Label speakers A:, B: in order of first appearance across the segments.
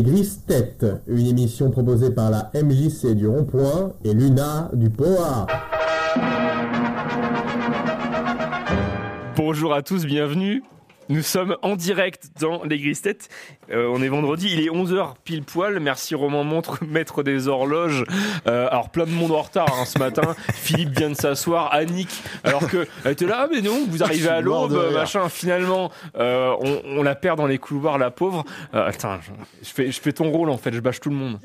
A: Grise Tête, une émission proposée par la MJC du Rond-Point et Luna du POA.
B: Bonjour à tous, bienvenue. Nous sommes en direct dans les Grises Têtes. Euh, on est vendredi, il est 11h pile poil. Merci Roman Montre, maître des horloges. Euh, alors plein de monde en retard hein, ce matin. Philippe vient de s'asseoir, Annick, alors que elle était là, Ah, mais non, vous arrivez à
C: suis mort
B: l'aube,
C: de rire.
B: machin. Finalement, euh, on, on la perd dans les couloirs, la pauvre. Euh, attends, je, je fais, je fais ton rôle en fait, je bâche tout le monde.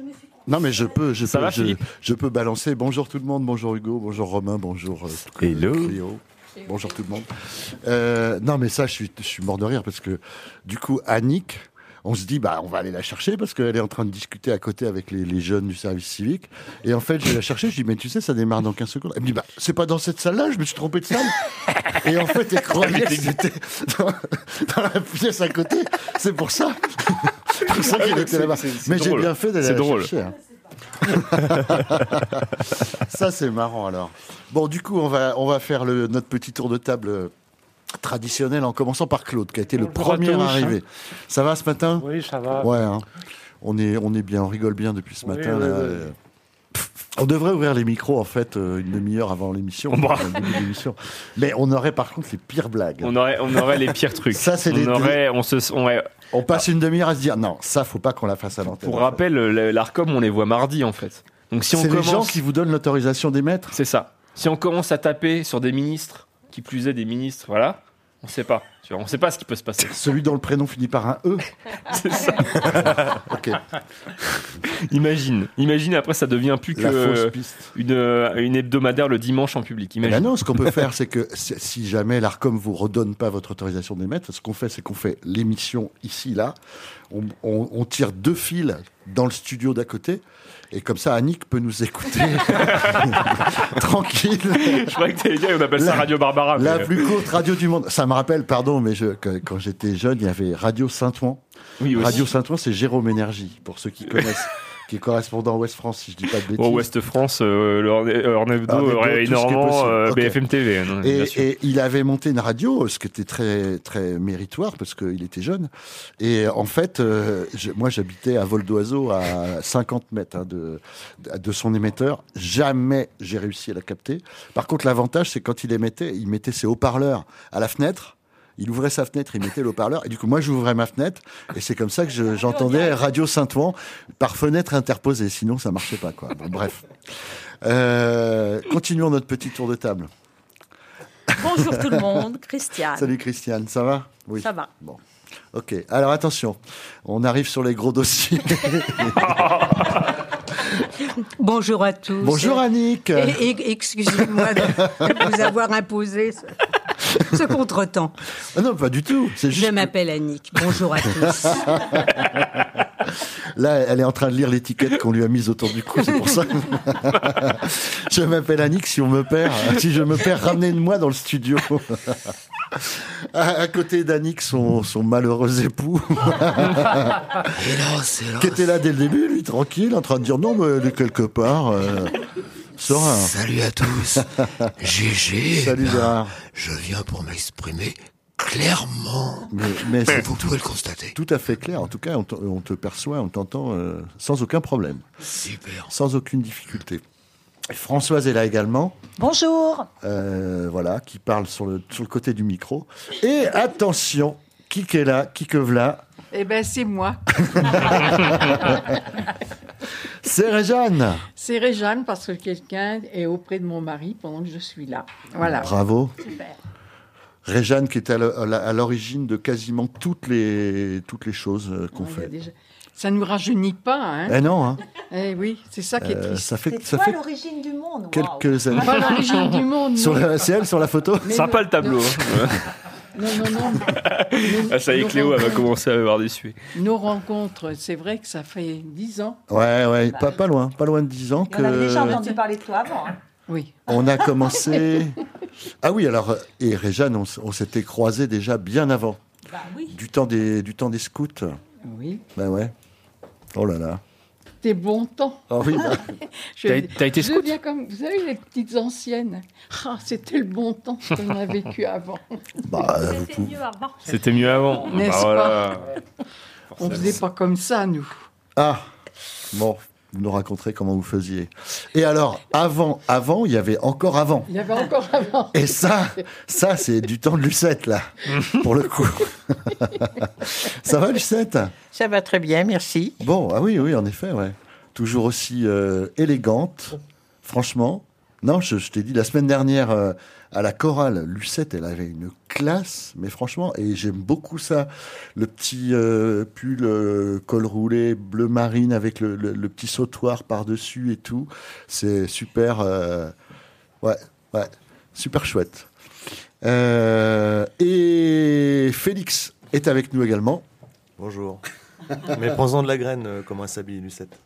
C: Non, mais je peux, je
B: Ça
C: peux,
B: va,
C: je,
B: Philippe
C: je peux balancer. Bonjour tout le monde, bonjour Hugo, bonjour Romain, bonjour euh,
D: Hello.
C: Cléo. Bonjour tout le monde. Euh, non, mais ça, je suis, je suis mort de rire parce que du coup, Annick, on se dit, bah, on va aller la chercher parce qu'elle est en train de discuter à côté avec les, les jeunes du service civique. Et en fait, je vais la chercher, je dis, mais tu sais, ça démarre dans 15 secondes. Elle me dit, bah, c'est pas dans cette salle-là, je me suis trompé de salle. Et en fait, elle croyait que c'était dans, dans la pièce à côté. C'est pour ça. C'est pour ça qu'elle était là-bas.
B: c'est- c'est
C: Mais j'ai
B: drôle.
C: bien fait d'aller
B: C'est
C: la
B: drôle.
C: chercher. hein. Ça, c'est marrant alors. Bon, du coup, on va, on va faire le, notre petit tour de table euh, traditionnel en commençant par Claude, qui a été le
E: Bonjour à
C: premier
E: tous,
C: arrivé.
B: hein.
C: Ça va ce matin
E: Oui, ça va.
C: Ouais. hein. On, est, on est bien, on rigole bien depuis ce
E: Oui,
C: matin.
E: oui,
C: là,
E: oui.
C: euh. On devrait ouvrir les micros en fait euh, une demi-heure avant l'émission,
B: Bah.
C: avant le début de l'émission. Mais on aurait par contre les pires blagues.
B: On aurait, on aurait les pires trucs.
C: Ça, c'est
B: on
C: les-
B: aurait, on se, on aurait-
C: On passe une demi-heure à se dire non, ça faut pas qu'on la fasse à l'antenne.
B: Pour rappel, le- euh, l'Arcom, on les voit mardi en fait. Donc si on
C: c'est les gens
B: commence,
C: qui vous donnent l'autorisation d'émettre.
B: c'est ça. Si on commence à taper sur des ministres, qui plus est des ministres, voilà, on sait pas. Tu vois, on sait pas ce qui peut se passer.
C: Celui dont le prénom finit par un E.
B: C'est ça.
C: Ok.
B: Imagine, imagine après ça devient plus
C: La fausse
B: que
C: piste.
B: une, euh, une hebdomadaire le dimanche en public.
C: Eh ben
B: Imagine.
C: non, ce qu'on peut faire, c'est que si si jamais l'ARCOM vous redonne pas votre autorisation d'émettre, ce qu'on fait, c'est qu'on fait l'émission ici, là. On, on- on tire deux fils dans le studio d'à côté. Et comme ça, Annick peut nous écouter tranquille.
B: Je croyais que t'allais dire on appelle ça
C: La-
B: Radio Barbara.
C: La
B: mais- euh,
C: plus courte radio du monde. Ça me rappelle, pardon, mais je- que- quand j'étais jeune, il y avait Radio Saint-Ouen.
B: Oui, aussi.
C: Radio Saint-Ouen, c'est Jérôme Énergie, pour ceux qui connaissent, qui est correspondant à Ouest-France, si je dis pas de bêtises.
B: Oh, Ouest France, euh, le Horn- euh,
C: Hornebdo,
B: Hornebdo,
C: Ah, tout ce qui est
B: énormément,
C: possible. Ok.
B: BFM TV. hein, non, bien sûr.
C: Et, et il avait monté une radio, ce qui était très très méritoire parce qu'il était jeune. Et en fait, euh, je- moi j'habitais à vol d'oiseau à 50 mètres hein, de, de son émetteur. Jamais j'ai réussi à la capter. Par contre, l'avantage, c'est quand il émettait, il mettait ses haut-parleurs à la fenêtre. Il ouvrait sa fenêtre, il mettait le haut-parleur, et du coup, moi, j'ouvrais ma fenêtre, et c'est comme ça que je- j'entendais Radio Saint-Ouen par fenêtre interposée. Sinon, ça marchait pas, quoi. Bon, bref. Euh, continuons notre petit tour de table.
F: Bonjour tout le monde, Christiane.
C: Salut Christiane, ça va Oui.
F: Ça va.
C: Bon. Ok, alors attention, on arrive sur les gros dossiers.
G: Bonjour à tous.
C: Bonjour Annick
G: Et- et- Excusez-moi de de vous avoir imposé ce, ce contretemps.
C: Ah Non, pas du tout, c'est
G: Je
C: juste.
G: m'appelle Annick. Bonjour à tous.
C: Là, elle est en train de lire l'étiquette qu'on lui a mise autour du cou, c'est pour ça. je m'appelle Annick, si on me perd, si je me perds, ramenez-moi dans le studio. à, à côté d'Annick, son, son malheureux époux. Qui était là dès le début, lui, tranquille, en train de dire non, mais elle est quelque part. euh, serein.
H: Salut à tous. GG.
C: Salut Gérard.
H: Je viens pour m'exprimer clairement.
C: Mais, mais c'est
H: Vous pouvez le constater.
C: tout à fait clair. En tout cas, on, te- on te perçoit, on t'entend euh, sans aucun problème,
H: Super.
C: sans aucune difficulté. Et Françoise est là également,
I: Bonjour
C: euh, voilà, qui parle sur le, sur le côté du micro. Et attention, qui est là, qui que v'là,
J: Eh ben c'est moi,
C: c'est Réjeanne.
J: c'est Réjeanne parce que quelqu'un est auprès de mon mari pendant que je suis là. Voilà.
C: Bravo.
J: Super.
C: Réjeanne qui est à l'o- à la- à l'origine de quasiment toutes les, toutes les choses euh, qu'on
J: On a
C: fait.
J: déjà- Ça ne nous rajeunit pas, hein
C: Eh non, hein,
J: Eh oui, c'est ça qui est
C: euh,
J: triste.
C: ça fait,
I: C'est
C: ça
I: toi
C: fait
I: l'origine du monde waouh.
C: quelques années.
J: Pas l'origine du monde.
C: Sur
J: non.
C: la- C'est elle sur la photo
J: Mais
B: Sympa
J: non,
B: le tableau. hein.
J: Non, non, non.
B: Ah, ça y est,
J: Nos
B: Cléo, elle va
J: rencontres-
B: commencer à avoir des suées.
J: Nos rencontres, c'est vrai que ça fait dix ans.
C: Ouais, ouais, pas, pas loin, pas loin de 10 ans.
I: Et
C: Que...
I: On avait déjà entendu parler de toi avant. hein.
J: Oui.
C: On a commencé. Ah oui, alors, euh, et Réjeanne, on, s- on s'était croisés déjà bien avant,
I: Bah oui.
C: du temps des, du temps des scouts.
J: Oui.
C: Ben ouais. Oh là là.
J: Des bons temps.
C: Ah oui, bah,
J: Je-
B: T'as- t'as été
J: je
B: scout
J: viens comme, vous savez, les petites anciennes. Ah, c'était le bon temps qu'on a vécu avant.
C: bah, euh, vous
F: C'était
C: pouvez-
F: mieux avant.
B: C'était mieux avant.
J: N'est-ce
B: Bah voilà.
J: On faisait pas comme ça, nous.
C: Ah, bon, vous nous raconterez comment vous faisiez. Et alors, avant, avant, il y avait encore avant.
J: Il y avait encore avant.
C: Et ça, ça, c'est du temps de Lucette, là, pour le coup. ça va, Lucette
D: Ça va très bien, merci.
C: Bon, ah oui, oui, en effet, ouais. Toujours aussi euh, élégante, franchement. Non, je, je t'ai dit la semaine dernière euh, à la chorale, Lucette, elle avait une classe, mais franchement, et j'aime beaucoup ça. Le petit euh, pull euh, col roulé bleu marine avec le, le- le petit sautoir par-dessus et tout. C'est super. euh, ouais, ouais, super chouette. Euh, et Félix est avec nous également.
E: Bonjour. Mais prends-en de la graine, euh, comment elle s'habille, Lucette.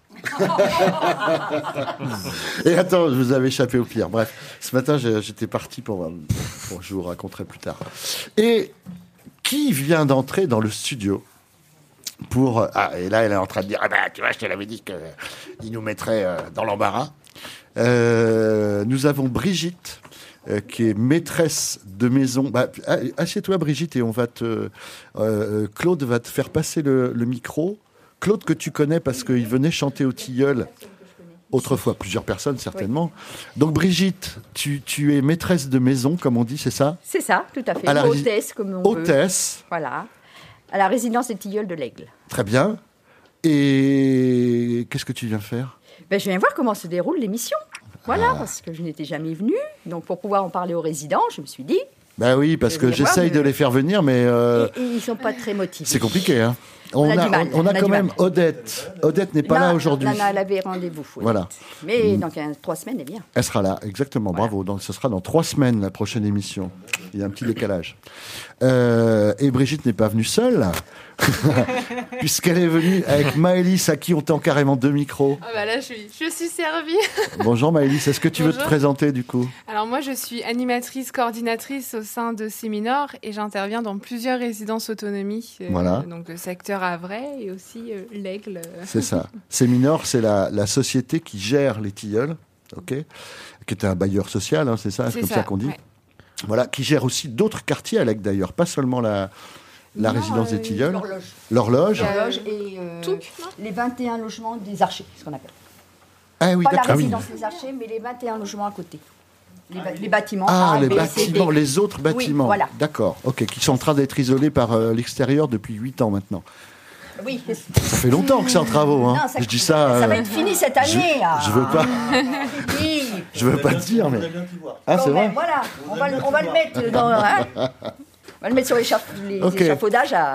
C: Et attends, je vous avais échappé au pire. Bref, ce matin, j'ai- j'étais parti pour. bon, je vous raconterai plus tard. Et qui vient d'entrer dans le studio pour. Ah, et là, elle est en train de dire Ah bah, tu vois, je te l'avais dit qu'il nous mettrait euh, dans l'embarras. Euh, nous avons Brigitte. euh, qui est maîtresse de maison. Bah, ah, Assieds-toi, Brigitte, et on va te. euh, euh, Claude va te faire passer le, le micro. Claude, que tu connais parce qu'il venait chanter au tilleul autrefois plusieurs personnes certainement. Donc Brigitte, tu, tu es maîtresse de maison, comme on dit, c'est ça
K: C'est ça, tout à fait.
C: À la rési-
K: hôtesse, comme on veut.
C: Hôtesse,
K: Voilà. À la résidence des Tilleuls de l'Aigle.
C: très bien. Et qu'est-ce que tu viens faire
K: Ben, je viens voir comment se déroule l'émission.
C: Ah.
K: Voilà, parce que je n'étais jamais venue. Donc, pour pouvoir en parler aux résidents, je me suis dit.
C: Bah oui, parce
K: Je
C: que
K: viens voir,
C: j'essaye
K: mais-
C: de les faire venir, mais euh,
K: Et, et ils ne sont pas très motivés.
C: c'est compliqué. hein. On,
K: a
C: a,
K: du mal,
C: on- on a
K: on a
C: quand
K: du
C: même
K: mal.
C: Odette. Odette n'est pas là
K: Non,
C: aujourd'hui.
K: Nana, elle avait rendez-vous. oui.
C: Voilà. Mm.
K: Mais dans 15, trois semaines, elle vient.
C: Elle sera là, exactement. Bravo. Donc, ce sera dans trois semaines la prochaine émission. Il y a un petit décalage. Euh, et Brigitte n'est pas venue seule, puisqu'elle est venue avec Maëlys, à qui on tend carrément deux micros.
L: Ah bah là, je suis, je suis servie.
C: Bonjour Maëlys, est-ce que tu veux te
L: Bonjour.
C: présenter du coup
L: Alors moi, je suis animatrice, coordinatrice au sein de Séminor et j'interviens dans plusieurs résidences autonomie. euh,
C: Voilà.
L: Donc le secteur Avray et aussi euh, l'Aigle.
C: C'est ça. Séminor, c'est la, la société qui gère les tilleuls, ok qui est un bailleur social, hein, c'est ça C'est
L: C'est
C: comme ça,
L: ça,
C: qu'on dit
L: ouais.
C: Voilà, qui gère aussi d'autres quartiers à l'Aigle d'ailleurs, pas seulement la, la
K: Non,
C: résidence
K: euh,
C: des tilleuls.
K: l'horloge.
C: L'horloge.
K: L'horloge et euh, les 21 logements des archers, ce qu'on appelle.
C: Ah oui,
K: pas la
C: d'accord. Ah oui.
K: résidence des archers, mais les 21 logements à côté. Les, ba- les bâtiments.
C: Ah,
K: A,
C: les
K: B, C, D.
C: bâtiments, les autres
K: Oui,
C: bâtiments.
K: voilà.
C: D'accord, ok, qui sont en train d'être isolés par euh, l'extérieur depuis 8 ans maintenant.
K: Oui,
C: Ça fait longtemps que c'est en travaux. Hein.
K: Non, ça-
C: je dis ça.
K: Ça va
C: euh,
K: être fini cette année. ah.
C: je veux pas-
K: Oui.
C: je veux pas dire, mais. Ah,
K: Bon,
C: c'est
K: ben,
C: vrai
K: Voilà, on va, le- on va le mettre dans. hein, on va le mettre sur les, chaff- les
C: Ok.
K: échafaudages à.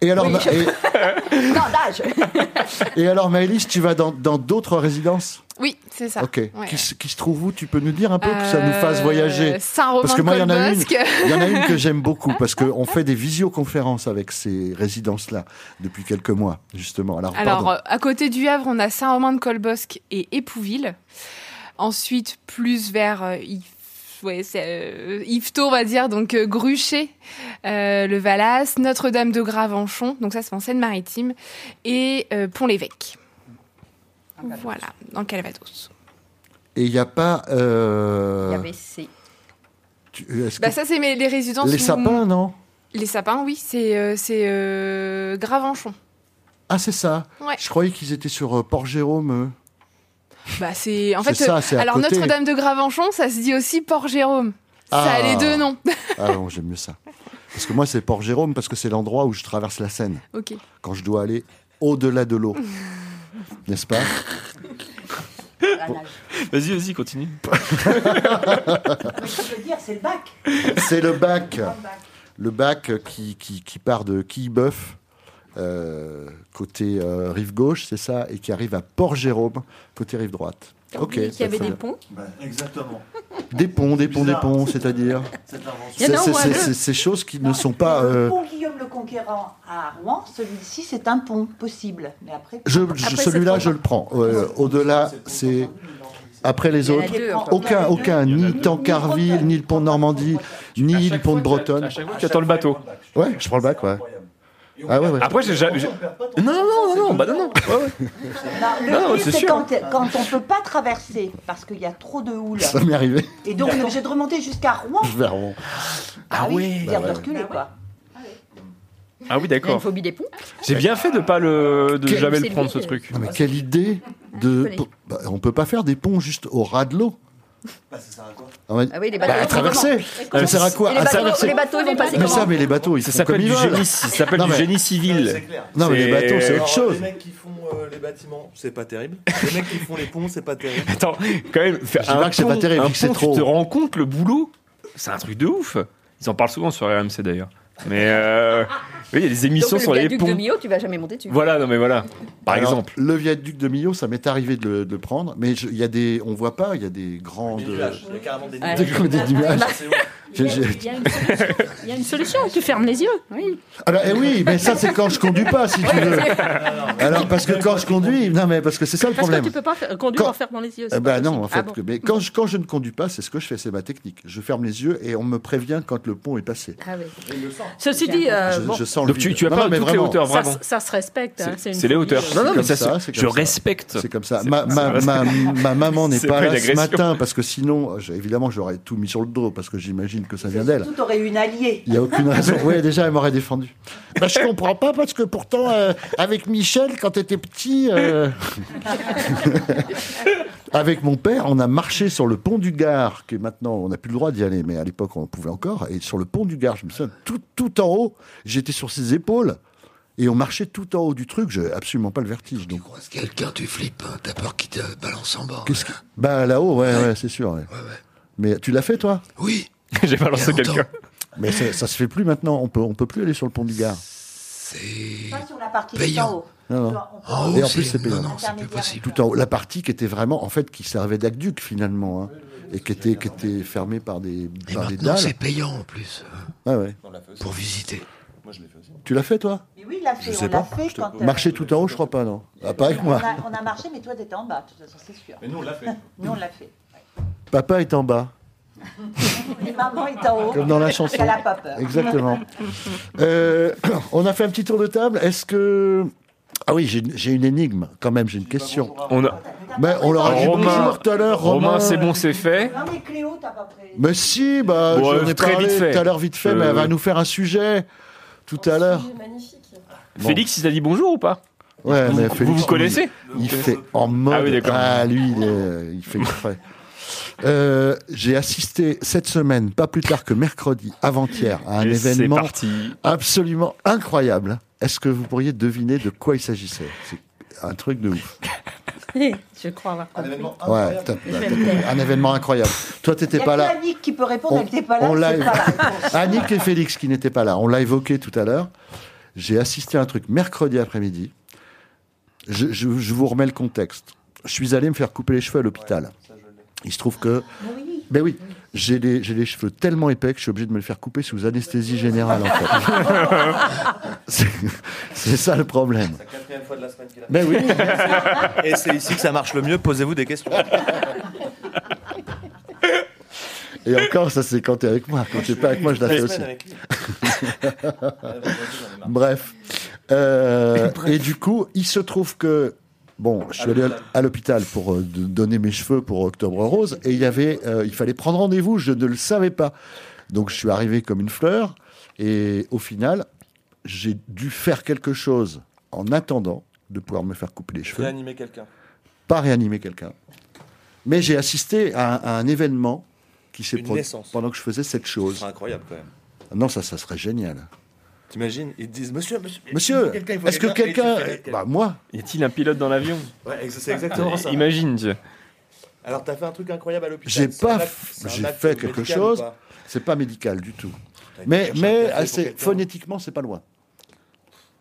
C: Et alors,
K: Oui,
C: Ma-
K: je-
C: et,
K: Non, d'âge.
C: et alors Maëlys, tu vas dans dans d'autres résidences
L: Oui, c'est ça.
C: Ok.
L: Ouais.
C: Qui, se- qui se trouve où Tu peux nous dire un peu que ça nous fasse
L: Euh,
C: voyager
L: Saint-Romain
C: Parce que
L: de
C: moi, il y en a une.
L: Colbosc.
C: Il y en a une que j'aime beaucoup parce qu'on fait des visioconférences avec ces résidences-là depuis quelques mois, justement. Alors,
L: Alors,
C: Oh, pardon.
L: euh, à côté du Havre, on a Saint-Romain de Colbosc et Épouville. Ensuite, plus vers euh, Yves- ouais, c'est, euh, Yvetot, on va dire, donc euh, Gruchet, euh, le Valas, Notre-Dame de Gravenchon, donc ça c'est en Seine-Maritime, et euh, Pont-l'Évêque. Voilà, dans Calvados.
C: Et il n'y a pas. euh,
L: Il y avait
C: tu- euh, est-ce
L: Bah,
C: que-
L: ça, c'est mes- les résidences.
C: Les
L: où-
C: sapins, non
L: Les sapins, oui, c'est euh, c'est, euh, Gravenchon.
C: Ah, c'est ça.
L: Ouais.
C: Je croyais qu'ils étaient sur euh, Port-Jérôme. eux.
L: Bah, c'est en fait.
C: C'est ça,
L: euh,
C: c'est à
L: alors
C: côté.
L: Notre-Dame de Gravenchon, ça se dit aussi Port-Jérôme. Ça
C: Ah.
L: a les deux noms.
C: Ah non, j'aime mieux ça. Parce que moi, c'est Port-Jérôme parce que c'est l'endroit où je traverse la Seine
L: ok.
C: quand je dois aller au-delà de l'eau. N'est-ce pas
B: Vas-y, vas-y, continue.
I: Mais je veux dire, c'est le bac.
C: C'est le bac. Le bac qui, qui, qui part de Quillebeuf, euh, côté euh, rive gauche, c'est ça, et qui arrive à Port-Jérôme, côté rive droite. Ok.
I: Il y
C: ça Bah,
I: avait
C: fait-
I: des ponts.
E: Bah, exactement.
C: Des ponts, des ponts, des
E: Bizarre.
C: ponts, c'est-à-dire
I: Il y en
C: C'est-
I: a au
C: c'est-
I: moins
C: c'est-
I: deux.
C: c'est- Ces choses qui ne sont pas... euh,
I: Le pont Guillaume le Conquérant à Rouen, celui-ci, c'est un pont possible. Mais après,
C: je- je- Celui-là, je le prends. Euh, Au-delà, c'est... Après les
I: Il y en a
C: autres,
I: deux, enfin.
C: aucun, aucun, ni Tancarville, ni le pont de Normandie, ni le pont de Bretonne.
B: Tu attends le bateau.
C: Ouais, je prends le bac, ouais. Ah ouais, ouais.
B: Après, j'ai jamais. j'ai- Non, non, non, non, non, bah non, non. Ouais, ouais.
I: Non, Bah, le
B: Non,
I: pire,
B: c'est
I: c'est
B: sûr.
I: quand, quand on ne peut pas traverser parce qu'il y a trop de houle.
C: Ça m'est arrivé.
I: Et donc, on est obligé de remonter jusqu'à Rouen.
C: Je vais à Rouen.
I: Ah, oui,
C: Bah
I: dire de
C: ouais.
I: reculer, quoi.
B: Ah oui,
K: Il y a une
B: d'accord.
K: phobie des ponts.
B: J'ai bien fait de pas le, de
C: Quel-
B: jamais
K: C'est
B: le prendre
K: lui,
B: ce
K: euh,
B: truc.
C: Non, mais quelle idée de.
K: connais.
C: Bah, on peut pas faire des ponts juste au ras de l'eau. Ah, ouais.
K: Ah oui, les
C: Bah,
K: bateaux.
C: à traverser. Ça sert à quoi
K: Et les
C: À
K: bateaux,
C: traverser.
K: les bateaux ils vont passer
C: Mais ça,
K: comment
C: mais les bateaux, ils
B: Euh, Ça
C: font
B: s'appelle
C: comme
B: du
C: ils veulent.
B: génie, ça s'appelle
C: Non,
B: du
C: mais-
B: génie civil.
C: Non, mais les bateaux, c'est
E: Alors,
C: autre chose.
E: Les mecs qui font euh, les bâtiments, c'est pas terrible. Les mecs qui font les ponts, c'est pas terrible.
B: Attends, quand même, faire
C: Je
B: un
C: vois que c'est
B: pont-
C: pas terrible,
B: un
C: que c'est
B: pont,
C: trop.
B: Tu te rends compte le boulot C'est un truc de ouf. Ils en parlent souvent sur RMC d'ailleurs. Mais euh, oui, il y a des émissions
K: Donc,
B: sur
K: le
B: les
K: viaduc de
B: ponts.
K: Millau, tu vas jamais monter dessus.
B: Voilà, non mais voilà. Par
C: Alors,
B: exemple.
C: Le viaduc de Millau, ça m'est arrivé de le, de le prendre, mais je- il y a des, on voit pas, il y a des grandes.
E: Des nuages, il y a carrément des
K: Ouais.
E: nuages.
C: Des, comme des nuages.
F: Bah,
E: C'est ouf.
C: J'ai- j'ai-
F: Il y a une solution. Il y a une solution, tu fermes les yeux.
K: Oui.
C: Alors, eh oui, mais ça c'est quand je conduis pas, si tu veux. Alors parce que quand je conduis, non mais parce que c'est ça le
F: Parce que
C: problème.
F: tu peux pas faire- conduire
C: Quand-
F: en fermant les yeux.
C: Eh
F: c'est
C: ben
F: pas
C: non,
F: possible.
C: en fait,
F: Ah bon.
C: que- mais quand je, quand je ne conduis pas, c'est ce que je fais, c'est ma technique. Je ferme les yeux et on me prévient quand le pont est passé.
K: Ah oui.
F: Ceci dit, euh,
C: Je,
F: bon,
C: je sens le
B: Donc tu,
C: vide.
B: tu as
C: Non,
B: pas
C: non, mais
B: toutes les
C: vraiment.
B: hauteurs,
F: ça,
B: vraiment.
F: ça se respecte. hein,
B: C'est
F: une
B: c'est les
F: phobie,
B: hauteurs.
F: euh,
C: Non, non,
B: C'est
C: mais
B: comme ça,
C: ça,
B: c'est-
C: c'est
B: je
C: comme ça.
B: respecte.
C: C'est comme ça.
B: C'est-
C: Ma, ma,
B: c'est-
C: ma, ma maman n'est
B: C'est
C: pas
B: pas une
C: là ce
B: agression.
C: matin parce que sinon, j'ai- évidemment, j'aurais tout mis sur le dos parce que j'imagine que ça vient d'elle.
I: Tout aurait une alliée.
C: Il n'y a aucune raison. Oui, déjà, elle m'aurait défendu. Bah, je comprends pas parce que pourtant, euh, avec Michel, quand t'étais petit. euh, avec mon père, on a marché sur le pont du Gard, qui est maintenant, on n'a plus le droit d'y aller, mais à l'époque, on pouvait encore. Et sur le pont du Gard, je me souviens, tout, tout en haut, j'étais sur ses épaules. Et on marchait tout en haut du truc, j'ai absolument pas le vertige. Donc,
H: Croise quelqu'un, tu flippes, hein, t'as peur qu'il te balance en hein. bas.
C: qu'est-ce que- Bah là-haut, ouais, ouais, c'est sûr. ouais. Mais tu l'as fait, toi
H: Oui,
B: J'ai
H: Il
B: balancé
H: y a
B: quelqu'un.
H: longtemps.
C: Mais c'est- ça se fait plus maintenant. On peut, on peut plus aller sur le pont du Gard.
H: c'est...
I: Pas sur la partie
H: Payant.
I: tout en haut.
C: Non, non.
I: On peut-
H: En haut,
C: Et en plus, c'est payant.
H: Non, non, c'est plus possible.
C: tout en haut. La partie qui était vraiment, en fait, qui servait d'aqueduc finalement, hein, et qui était, qui était fermée par des,
H: Et
C: par des
H: maintenant, c'est
C: dalles.
H: payant en plus, hein,
C: Ouais, ouais.
H: pour visiter.
C: Tu l'as fait toi
I: Mais oui, il l'a fait.
E: sais
I: On l'a
E: pas,
I: fait
E: je te-
I: quand. euh,
C: Marcher tout en haut, je crois pas, non. Ah, pas avec
I: on,
C: moi.
I: a, on a marché, mais toi, t'étais en bas, de toute façon, c'est sûr.
E: Mais nous, on l'a fait.
I: Nous, on l'a fait.
C: Papa est en bas,
I: Et maman est en haut.
C: comme dans la chanson.
I: Elle a pas peur.
C: Exactement. Euh, on a fait un petit tour de table. Est-ce que ah oui, j'ai une- j'ai une énigme quand même. J'ai une question.
B: On a...
C: Mais on leur a dit
B: Romain-
C: bonjour tout à l'heure.
B: Romain, c'est bon, c'est fait.
I: Non, mais Cléo, t'as pas pris.
C: Mais si, bah,
B: Bon,
C: j'en
B: euh,
C: ai
B: très
C: parlé
B: vite fait.
C: tout à l'heure vite fait, mais
B: Euh,
C: elle va nous faire un sujet tout à l'heure. Bon.
B: Félix, il t'a dit bonjour ou pas
C: Ouais, mais
B: Vous-
C: Félix,
B: Vous vous
C: il-
B: connaissez
C: Il fait en mode.
B: Ah oui, d'accord.
C: lui, il, est- il fait exprès. Euh, J'ai assisté cette semaine, pas plus tard que mercredi, avant-hier, à un
B: Et C'est
C: événement
B: parti.
C: absolument incroyable. Est-ce que vous pourriez deviner de quoi il s'agissait C'est un truc de ouf.
F: Je crois avoir
E: Un
F: compris.
E: événement
C: Ouais,
E: incroyable.
C: t'as- t'as- un événement incroyable. Toi,
I: Ah,
C: t'étais
I: Il y a
C: pas
I: que
C: là.
I: Annick qui peut répondre,
C: On-
I: elle n'était pas là.
C: on l'a-
I: c'est pas la réponse.
C: Annick et Félix qui n'étaient pas là, on l'a évoqué tout à l'heure. J'ai assisté à un truc mercredi après-midi. Je, je- je vous remets le contexte. Je suis allé me faire couper les cheveux à l'hôpital. Il se trouve que.
I: Ah,
C: Ben oui, j'ai les, j'ai les cheveux tellement épais que je suis obligé de me le faire couper sous anesthésie générale, en fait. c'est, c'est ça le problème.
E: C'est la quatrième fois de la semaine qu'il a
C: Ben oui.
E: fait. Et c'est ici que ça marche le mieux. Posez-vous des questions.
C: Et encore, ça, c'est quand t'es avec moi. Quand t'es pas avec moi, je la fais aussi. Bref. Euh, Et du coup, il se trouve que. Bon, je suis allé à l'hôpital pour euh, de- donner mes cheveux pour Octobre Rose et il y avait, euh, il fallait prendre rendez-vous. Je ne le savais pas, donc je suis arrivé comme une fleur et au final, j'ai dû faire quelque chose en attendant de pouvoir me faire couper les cheveux
E: Réanimer quelqu'un.
C: pas réanimer quelqu'un. Mais j'ai assisté à, à un événement qui s'est
E: Une
C: produit
E: naissance.
C: pendant que je faisais cette
E: C'est
C: chose. Ah
E: incroyable quand même.
C: Non, ça, ça serait génial.
E: T'imagines Ils te disent Monsieur, monsieur, il faut
C: Monsieur,
E: quelqu'un, il faut
C: est-ce que quelqu'un...
E: Et tu fais quelqu'un.
C: Bah moi,
B: Y a-t-il un pilote dans l'avion
E: Ouais, ex- c'est exactement ça.
B: Ah, Imagine. tu-
E: Alors, t'as fait un truc incroyable à l'hôpital.
C: J'ai
E: C'est un
C: pas
E: acte-
C: f-
E: c'est un
C: j'ai
E: acte
C: fait quelque
E: médical
C: chose.
E: ou pas
C: c'est pas médical du tout.
E: T'as été
C: Mais,
E: chercher un
C: mais
E: café pour
C: assez,
E: quelqu'un.
C: phonétiquement, c'est pas loin.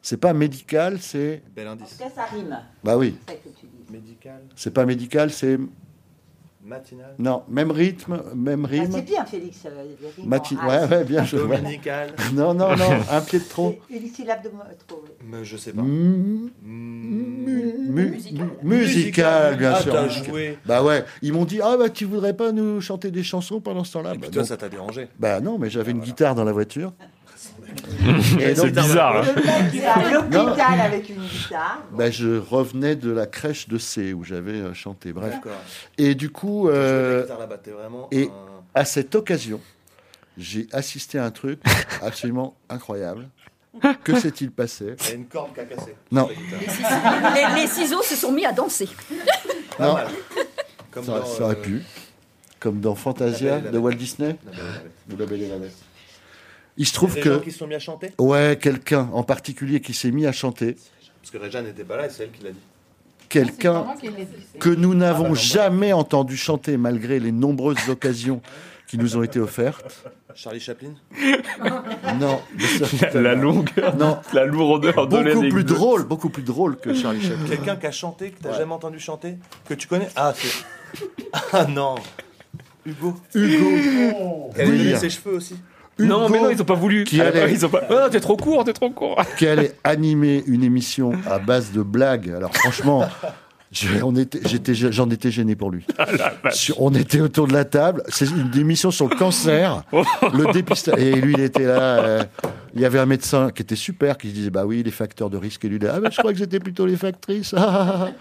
C: C'est pas médical, c'est...
E: Bel
I: En tout
E: indice.
I: cas, ça rime.
C: Bah oui,
I: C'est ça que tu dis.
E: Médical,
C: c'est pas médical, c'est...
E: matinal,
C: Non, même rythme, même
I: Ah, c'est
C: rime.
I: bien, Félix. euh, les rimes
C: Mati-
I: en
C: Ouais,
I: as.
C: ouais, bien joué. ouais.
E: dominical.
C: Non, non, non, un pied de trop.
I: Et Une syllabe de mo- euh, trop. oui.
E: Mais je sais pas.
C: Mm, mu- musical, bien sûr.
E: Ah, t'as
C: musical.
E: joué.
C: Bah ouais, ils m'ont dit ah bah tu voudrais pas nous chanter des chansons pendant ce temps-là.
E: Et
C: Bah,
E: puis toi,
C: non.
E: ça t'a dérangé. Ah,
C: Bah non, mais j'avais une guitare dans la voiture. Et
B: C'est
C: donc,
B: bizarre. hein.
I: Le mec qui va à l'hôpital avec une guitare.
C: bah, je revenais de la crèche de C où j'avais euh, chanté. Bref.
E: D'accord.
C: Et du coup,
E: Euh...
C: euh,
E: guitare là-bas, t'es vraiment. un-
C: et- à cette occasion, j'ai assisté à un truc absolument incroyable. Que s'est-il passé
E: Il y a une corde qui a cassé.
C: Non.
K: les, les ciseaux se sont mis à danser.
C: Non.
E: mal. Comme
C: ça,
E: dans,
C: ça aurait
E: euh,
C: pu. Comme dans
E: La
C: Fantasia
E: Belle et la
C: de
E: Bête.
C: Walt Disney. Ou La Belle et la Bête. Il se trouve
E: Des
C: que.
E: gens qui se sont mis à chanter
C: Ouais, quelqu'un en particulier qui s'est mis à chanter.
E: Parce que Réjeanne n'était pas là et c'est elle qui l'a dit.
C: Quelqu'un que nous n'avons jamais entendu chanter malgré les nombreuses occasions qui nous ont été offertes.
E: Charlie Chaplin
C: Non.
B: La, la longueur, la lourdeur de
C: Beaucoup plus
B: l'anecdote.
C: drôle, beaucoup plus drôle que Charlie Chaplin.
E: Quelqu'un qui a chanté, que t'as jamais entendu chanter, que tu connais Ah, c'est. Ah non Hugo Hugo Elle a
C: Oui.
E: donné ses cheveux aussi.
B: non, mais non, ils ont pas voulu.
C: Qui
B: Ah,
C: allait-
B: ils ont pas... Ah, t'es trop court, t'es trop court.
C: qui allait animer une émission à base de blagues. Alors franchement, je- on était- j'étais- j'en étais, gêné pour lui.
B: Ah,
C: Sur- on était autour de la table. C'est une émission sur le cancer, le dépistage. Et lui, il était là. euh, il y avait un médecin qui était super, qui disait bah oui, les facteurs de risque. Et lui, il disait, ah ben, je crois que j'étais plutôt les factrices. Ah, ah, ah.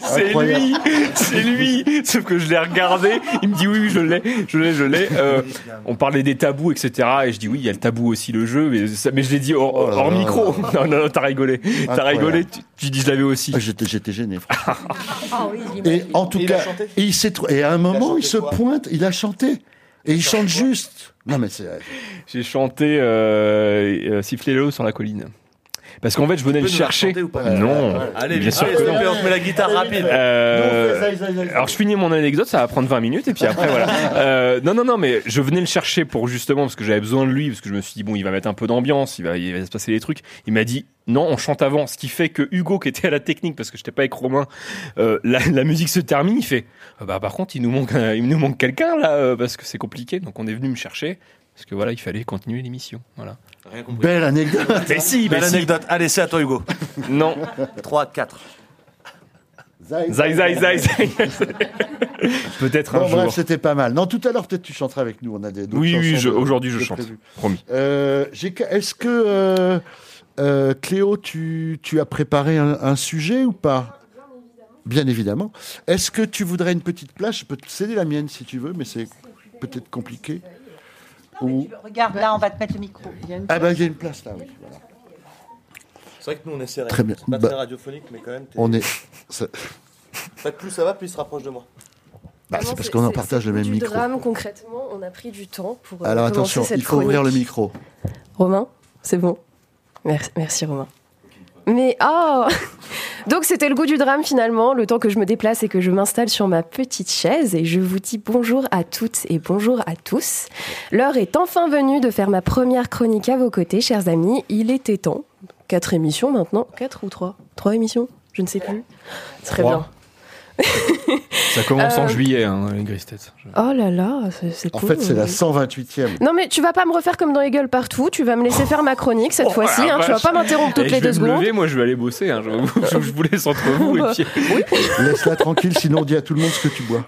B: C'est
C: Incroyable.
B: lui, c'est lui. Sauf que je l'ai regardé, il me dit oui, oui, je l'ai, je l'ai, je l'ai. Euh, on parlait des tabous, etc. Et je dis oui, il y a le tabou aussi, le jeu, mais, ça- mais je l'ai dit hors,
C: Oh là
B: hors
C: là.
B: micro. Non, non, non, t'as rigolé, t'as
C: Incroyable. Ah,
B: rigolé, tu, tu dis je l'avais aussi.
C: J'étais, j'étais gêné. franchement.
K: Ah oui, j'imagine.
C: Et en tout
E: Il a
C: cas,
E: chanté
C: il s'est trou- et à un moment, il,
E: chanté
C: se
E: quoi
C: pointe, il a chanté. Et il chante juste. Non mais c'est euh,
B: J'ai chanté euh, euh, Sifflez-le sur la colline. Parce qu'en fait, je venais
E: Tu
B: le
E: peux nous la
B: chercher.
E: chanter ou pas
B: non,
E: Allez,
B: bien
E: vite,
B: sûr
E: allez,
B: que
E: s'il te
B: non.
E: plaît, on te met la guitare rapide.
B: Euh, alors je finis mon anecdote, ça va prendre 20 minutes et puis après voilà. Euh, non non non mais je venais le chercher pour justement parce que j'avais besoin de lui parce que je me suis dit bon il va mettre un peu d'ambiance, il va, il va se passer des trucs. Il m'a dit non on chante avant, ce qui fait que Hugo qui était à la technique parce que j'étais pas avec Romain, euh, la, la musique se termine, il fait Ah bah par contre il nous manque un- il nous manque quelqu'un là euh, parce que c'est compliqué donc on est venu me chercher parce que voilà il fallait continuer l'émission voilà.
E: Rien compris.
C: belle anecdote.
B: Mais si mais
E: Belle
B: si.
E: anecdote. Allez, c'est à toi, Hugo.
B: non
E: 3, 4.
B: zai zai zai zai. peut-être un
C: Bon, bref,
B: jour.
C: c'était pas mal. Non, tout à l'heure, peut-être tu chanteras avec nous. On a des d'autres
B: Oui oui
C: chansons
B: je-
C: de-
B: aujourd'hui je
C: de
B: chante
C: prévues.
B: promis.
C: Euh, j'ai qu'à- Est-ce que euh, euh, Cléo, tu, tu as préparé un, un sujet ou pas Bien évidemment. Est-ce que tu voudrais une petite place Je peux te céder la mienne si tu veux, mais c'est peut-être compliqué. Ou...
I: Regarde, là, on va te mettre le micro.
C: Ah ben, Bah, il y a une place là. Oui, voilà.
E: C'est vrai que nous, on est serré.
C: Très bien.
E: C'est pas
C: Bah,
E: très radiophonique, mais quand même. t'es-
C: On est. ça-
E: En fait, plus ça va, plus il se rapproche de moi.
C: bah, c'est parce qu'on en partage le même
M: du
C: micro.
M: drame, concrètement, on a pris du temps pour. euh,
C: Alors
M: commencer
C: attention,
M: cette
C: il faut ouvrir le
M: chronique.
C: micro.
M: Romain, c'est bon. Merci, merci Romain. Mais oh Donc c'était le goût du drame finalement, le temps que je me déplace et que je m'installe sur ma petite chaise et je vous dis bonjour à toutes et bonjour à tous. L'heure est enfin venue de faire ma première chronique à vos côtés, chers amis. Il était temps. Quatre émissions maintenant, quatre ou trois Trois émissions Je ne sais plus. Très
B: Trois.
M: bien.
B: Ça commence en
M: Euh,
B: juillet, hein, les grises têtes.
M: Oh là là, c'est- c'est
C: En
M: cool.
C: fait, c'est la 128e.
M: Non mais tu vas pas me refaire comme dans les gueules partout, tu vas me laisser faire ma chronique cette
B: Oh,
M: fois-ci,
B: la
M: hein, tu vas
B: vache.
M: pas m'interrompre
B: Eh,
M: toutes les deux
B: Je vais me
M: secondes.
B: lever, moi je vais aller bosser. hein, je, vous- je- je vous laisse entre vous. Et puis...
C: Laisse-la tranquille, sinon on dit à tout le monde ce que tu bois.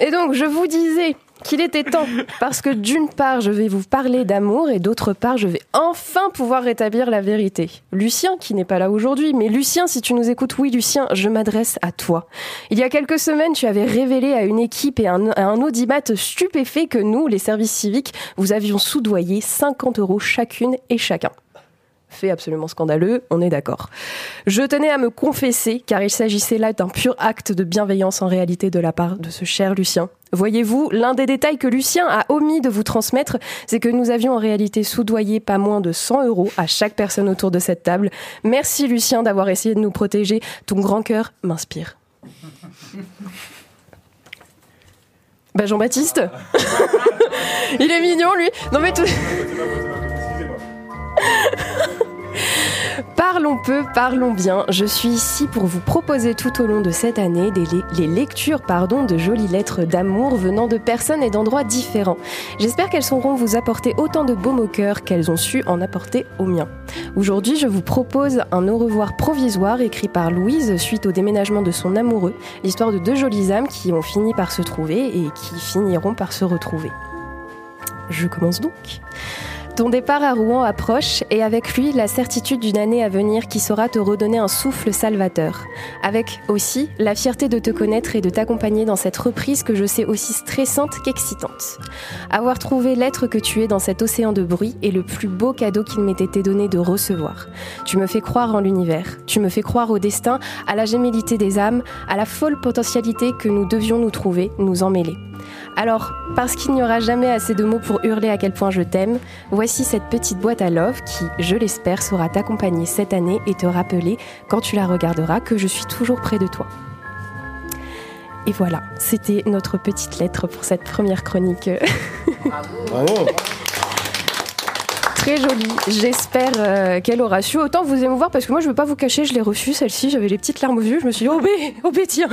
M: Et donc je vous disais qu'il était temps, parce que d'une part je vais vous parler d'amour et d'autre part je vais enfin pouvoir rétablir la vérité. Lucien qui n'est pas là aujourd'hui, mais Lucien si tu nous écoutes, oui Lucien, je m'adresse à toi. Il y a quelques semaines tu avais révélé à une équipe et à un, à un audimat stupéfait que nous, les services civiques, vous avions soudoyé 50 euros chacune et chacun. fait absolument scandaleux, on est d'accord. Je tenais à me confesser, car il s'agissait là d'un pur acte de bienveillance en réalité de la part de ce cher Lucien. Voyez-vous, l'un des détails que Lucien a omis de vous transmettre, c'est que nous avions en réalité soudoyé pas moins de 100 euros à chaque personne autour de cette table. Merci Lucien d'avoir essayé de nous protéger, ton grand cœur m'inspire. Bah Jean-Baptiste Il est mignon lui Non mais tout... Parlons peu, parlons bien. Je suis ici pour vous proposer tout au long de cette année des le- les lectures pardon, de jolies lettres d'amour venant de personnes et d'endroits différents. J'espère qu'elles sauront vous apporter autant de baume au cœur qu'elles ont su en apporter au mien. Aujourd'hui, je vous propose un au revoir provisoire écrit par Louise suite au déménagement de son amoureux, l'histoire de deux jolies âmes qui ont fini par se trouver et qui finiront par se retrouver. Je commence donc. Ton départ à Rouen approche et avec lui la certitude d'une année à venir qui saura te redonner un souffle salvateur. Avec aussi la fierté de te connaître et de t'accompagner dans cette reprise que je sais aussi stressante qu'excitante. Avoir trouvé l'être que tu es dans cet océan de bruit est le plus beau cadeau qu'il m'ait été donné de recevoir. Tu me fais croire en l'univers, tu me fais croire au destin, à la gémellité des âmes, à la folle potentialité que nous devions nous trouver, nous emmêler. Alors, parce qu'il n'y aura jamais assez de mots pour hurler à quel point je t'aime, voici cette petite boîte à love qui, je l'espère, saura t'accompagner cette année et te rappeler, quand tu la regarderas, que je suis toujours près de toi. Et voilà, c'était notre petite lettre pour cette première chronique.
C: Bravo.
M: Très jolie. J'espère euh, qu'elle aura su autant vous émouvoir parce que moi je ne veux pas vous cacher, je l'ai reçue celle-ci, j'avais les petites larmes aux yeux, je me suis dit oh bé, oh bé, tiens.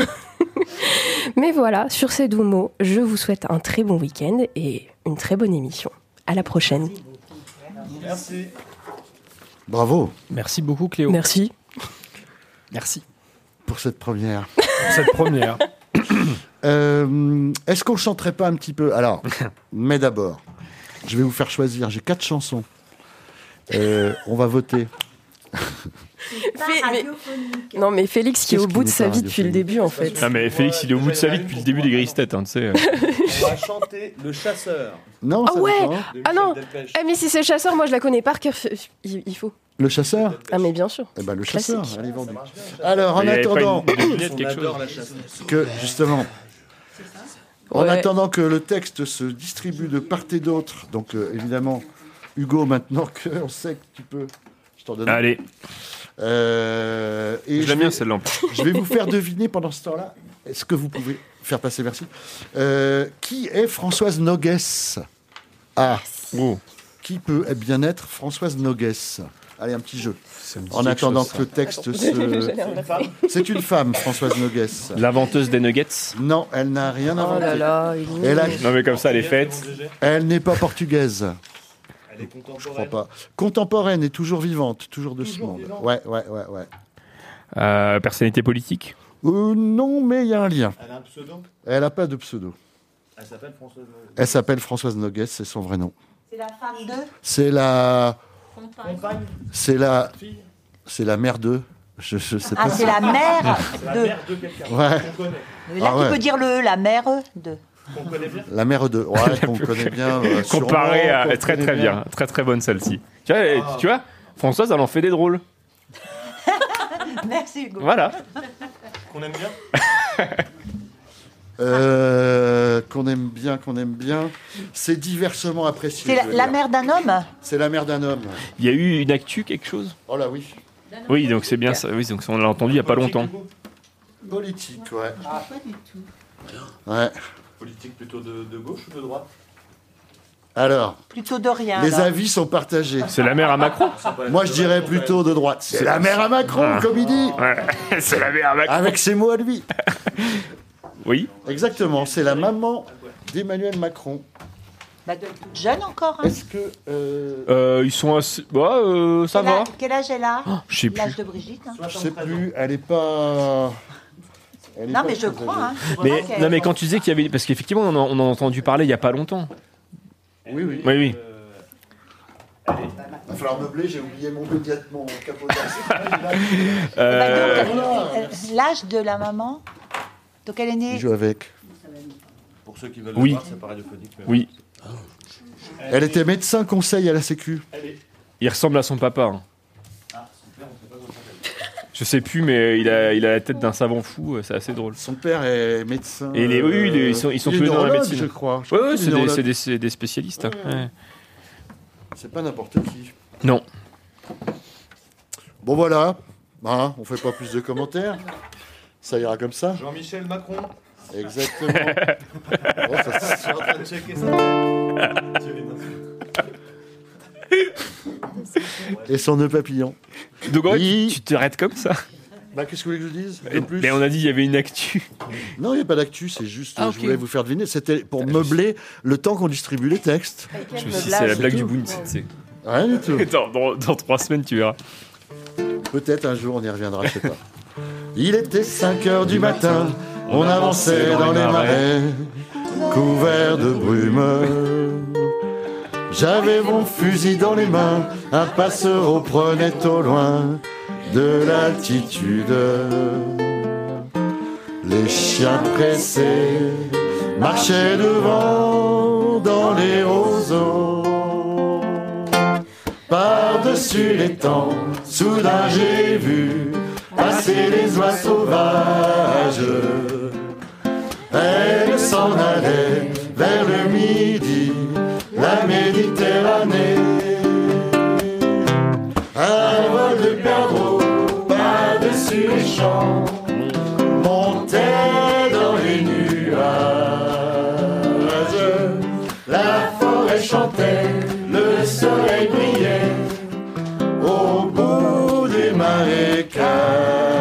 M: Mais voilà, sur ces doux mots, je vous souhaite un très bon week-end et une très bonne émission. À la prochaine.
E: Merci.
C: Bravo
B: Merci beaucoup, Cléo.
M: Merci.
B: Merci
C: pour cette première.
B: pour cette première.
C: Euh, Est-ce qu'on chanterait pas un petit peu Alors, mais d'abord, je vais vous faire choisir. J'ai quatre chansons. Euh, on va voter.
M: Fé- mais- Non mais Félix qui est
C: Qu'est-ce
M: au bout
C: qui
M: de
C: n'est
M: sa
C: pas
M: vie depuis le début en fait.
B: Ah, mais Félix, il est au bout de sa vie depuis le début des grises têtes, hein, tu sais.
E: On va chanter Le Chasseur.
C: Non,
M: Ah
C: ça hein.
M: ouais
C: dépend.
E: de
M: Ah non
E: Michel Delpech.
M: Ah mais si c'est chasseur, moi je la connais par cœur. f- Il il faut.
C: Le chasseur
M: Ah mais bien sûr.
C: Eh ben, le
M: Classique.
C: chasseur, allez, vendu. Alors, en attendant,
E: On adore la chasse.
C: que, justement, en
M: Ouais.
C: attendant que le texte se distribue de part et d'autre, donc euh, évidemment, Hugo, maintenant qu'on sait que tu peux, je t'en donne. un.
B: Allez,
C: Euh, et je
B: j'aime bien
C: vais,
B: cette lampe.
C: je vais vous faire deviner pendant ce temps-là, est-ce que vous pouvez faire passer, merci, Euh, qui est Françoise Nogues Ah,
B: Oh,
C: qui peut bien être Françoise Nogues Allez, un petit jeu.
B: ça me dit
C: En
B: quelque
C: attendant
B: chose, ça.
C: que le
M: Ah,
C: texte se... C'est une femme, Françoise Nogues.
B: L'inventeuse des nuggets.
C: Non, elle n'a rien
M: Oh
C: inventé.
M: là là. il est
C: Elle, a-
B: Non, mais comme ça, elle est
E: Gaël,
B: faite.
E: c'est bon, GG
C: elle n'est pas portugaise,
E: Elle est
C: je crois
E: contemporaine.
C: pas. Contemporaine et toujours vivante, toujours de ce monde. Ouais, ouais, ouais, ouais.
B: Euh, personnalité politique.
C: Euh, non, mais il y a un lien.
E: Elle a un pseudo.
C: Elle n'a pas de pseudo.
E: Elle s'appelle Françoise. Noël.
C: Elle s'appelle Françoise Nogues, c'est son vrai nom.
I: C'est la femme de
C: C'est la,
E: Compagne,
C: c'est la,
E: fille.
C: c'est la mère de. Je, je sais
I: Ah,
C: pas. Ah.
I: c'est la mère
E: C'est la
I: de.
E: mère de quelqu'un.
C: Ouais.
E: Qu'on connaît.
I: Là,
C: Ah
I: tu
C: ouais.
I: peux dire le, la mère de.
E: Qu'on connaît bien.
C: La mère de. Ouais, qu'on connaît bien. euh, sûrement,
B: Comparée à.
C: qu'on
B: Très,
C: connaît
B: très bien. Très, très bonne celle-ci. Tu vois, elle- tu vois, Françoise, elle en fait des drôles.
I: Merci Hugo.
B: Voilà.
E: Qu'on aime bien.
C: Euh, qu'on aime bien, qu'on aime bien. C'est diversement apprécié.
I: C'est la,
C: je veux
I: la
C: dire.
I: mère d'un homme
C: C'est la mère d'un homme.
B: Il y a eu une actu, quelque chose
C: Oh là oui.
B: Oui, donc c'est bien ça. Oui, donc on l'a entendu il n'y a pas longtemps.
C: Politique, ouais. Ouais.
E: Politique plutôt de, de gauche ou de droite
C: Alors,
I: Plutôt de rien.
C: les
I: alors.
C: avis sont partagés.
B: C'est la mère à Macron
C: Moi, je dirais plutôt de droite. C'est la mère à Macron,
B: Ah.
C: comme il dit.
B: Ouais, C'est la mère à Macron
C: Avec ses mots à lui.
B: Oui.
C: Exactement, c'est la maman d'Emmanuel Macron.
I: Bah, de- toute jeune encore. hein.
C: Est-ce que... euh,
B: Euh, ils sont assez. Bah, euh, ça
I: quel,
B: va.
I: a- quel âge elle a
B: Je sais plus.
I: L'âge de Brigitte. hein.
C: je sais plus, elle est pas... elle est
I: Non,
C: pas
I: mais je
C: très âgée.
I: crois. hein. Je
B: Mais,
I: remarque qu'elle-
B: non, mais quand tu disais qu'il y avait. Parce qu'effectivement, on en, on en a entendu parler il n'y a pas longtemps.
C: Oui, oui.
B: Oui, oui.
E: Euh,
I: hein.
C: Il va falloir meubler, j'ai oublié mon, médiat- mon capot
I: Eh
C: d'arc.
I: Bah, donc,
B: Euh,
I: euh, L'âge de la maman Donc elle est
C: Il
I: née.
C: joue avec.
E: Pour ceux qui veulent
B: Oui.
E: le voir, c'est pas radiophonique. mais-
B: oui.
C: Elle était médecin conseil à la Sécu.
B: Il ressemble à son papa. hein. Je sais plus, mais il a, il a la tête d'un savant fou. euh, C'est assez drôle.
C: Son père est médecin. euh,
B: Et les- oui, les- ils sont- ils sont
C: il est
B: tous les deux dans la
C: neurologue,
B: médecine.
C: Je crois. Je crois
B: Ouais,
C: qu'il
B: ouais,
C: est
B: c'est des,
C: neurologue.
B: c'est des- c'est des spécialistes. hein. Ouais.
C: C'est pas n'importe qui.
B: Non.
C: Bon voilà, Hein, on fait pas plus de commentaires. Ça ira comme ça.
E: Jean-Michel Macron.
C: Exactement. Oh, ça,
E: Je
C: c'est-
E: suis en train de checker ça. Tu es une insulte.
C: Et son nœud papillon.
B: Donc, ouais,
C: Oui.
B: tu tu t'arrêtes comme ça.
C: Bah, qu'est-ce que vous voulez que je dise de
B: Et-
C: plus
B: Mais Euh, ben, on a dit qu'il y avait une actu.
C: Non, il n'y a pas d'actu, c'est juste,
B: Ah,
C: je
B: ok.
C: voulais vous faire deviner. C'était pour meubler le temps qu'on distribue les textes.
B: Ah, Je me suis dit, c'est la blague du Boone, tu sais.
C: Rien du tout.
B: Dans, dans, dans trois semaines, tu verras.
C: Peut-être un jour on y reviendra, je sais pas. Il était 5 heures du matin, on avançait dans les marais, couverts de brume.
N: J'avais mon fusil dans les mains, un passereau prenait au loin de l'altitude. Les chiens pressés marchaient devant dans les roseaux. Par-dessus les temps, soudain j'ai vu passer les oies sauvages. Elles s'en allaient vers le midi, la Méditerranée. Un vol de perdreaux par-dessus les champs montait dans les nuages. La forêt chantait, le soleil brillait au bout des marécages.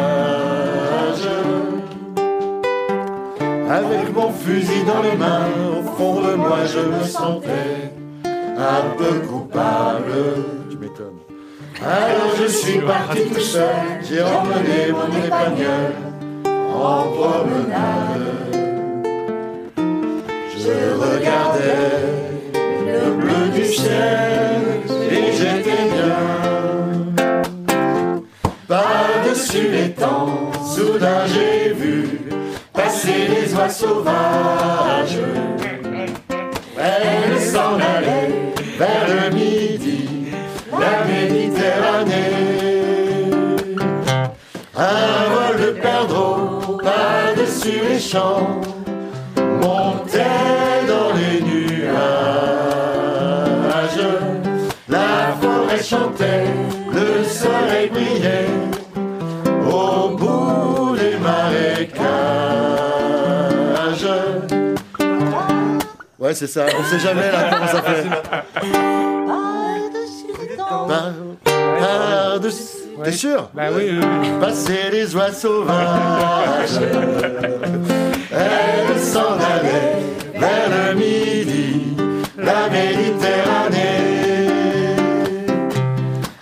N: Avec mon fusil dans les mains, au fond de moi je me sentais un peu coupable. Tu m'étonnes. Alors je suis parti tout seul, j'ai emmené mon épagnol en promenade. Je regardais le bleu du ciel et j'étais bien. Par-dessus les temps, soudain j'ai vu passer les oies sauvages. Elles s'en allaient vers le midi, la Méditerranée. Un vol de perdreaux par-dessus les champs montait dans les nuages. La forêt chantait, le soleil brillait au bout des marécages. Ouais, c'est ça, on sait jamais là comment ça fait. Par- Par-dessus. T'es sûr Bah oui, Passer les oies sauvages. Elles s'en allaient vers le midi, la Méditerranée.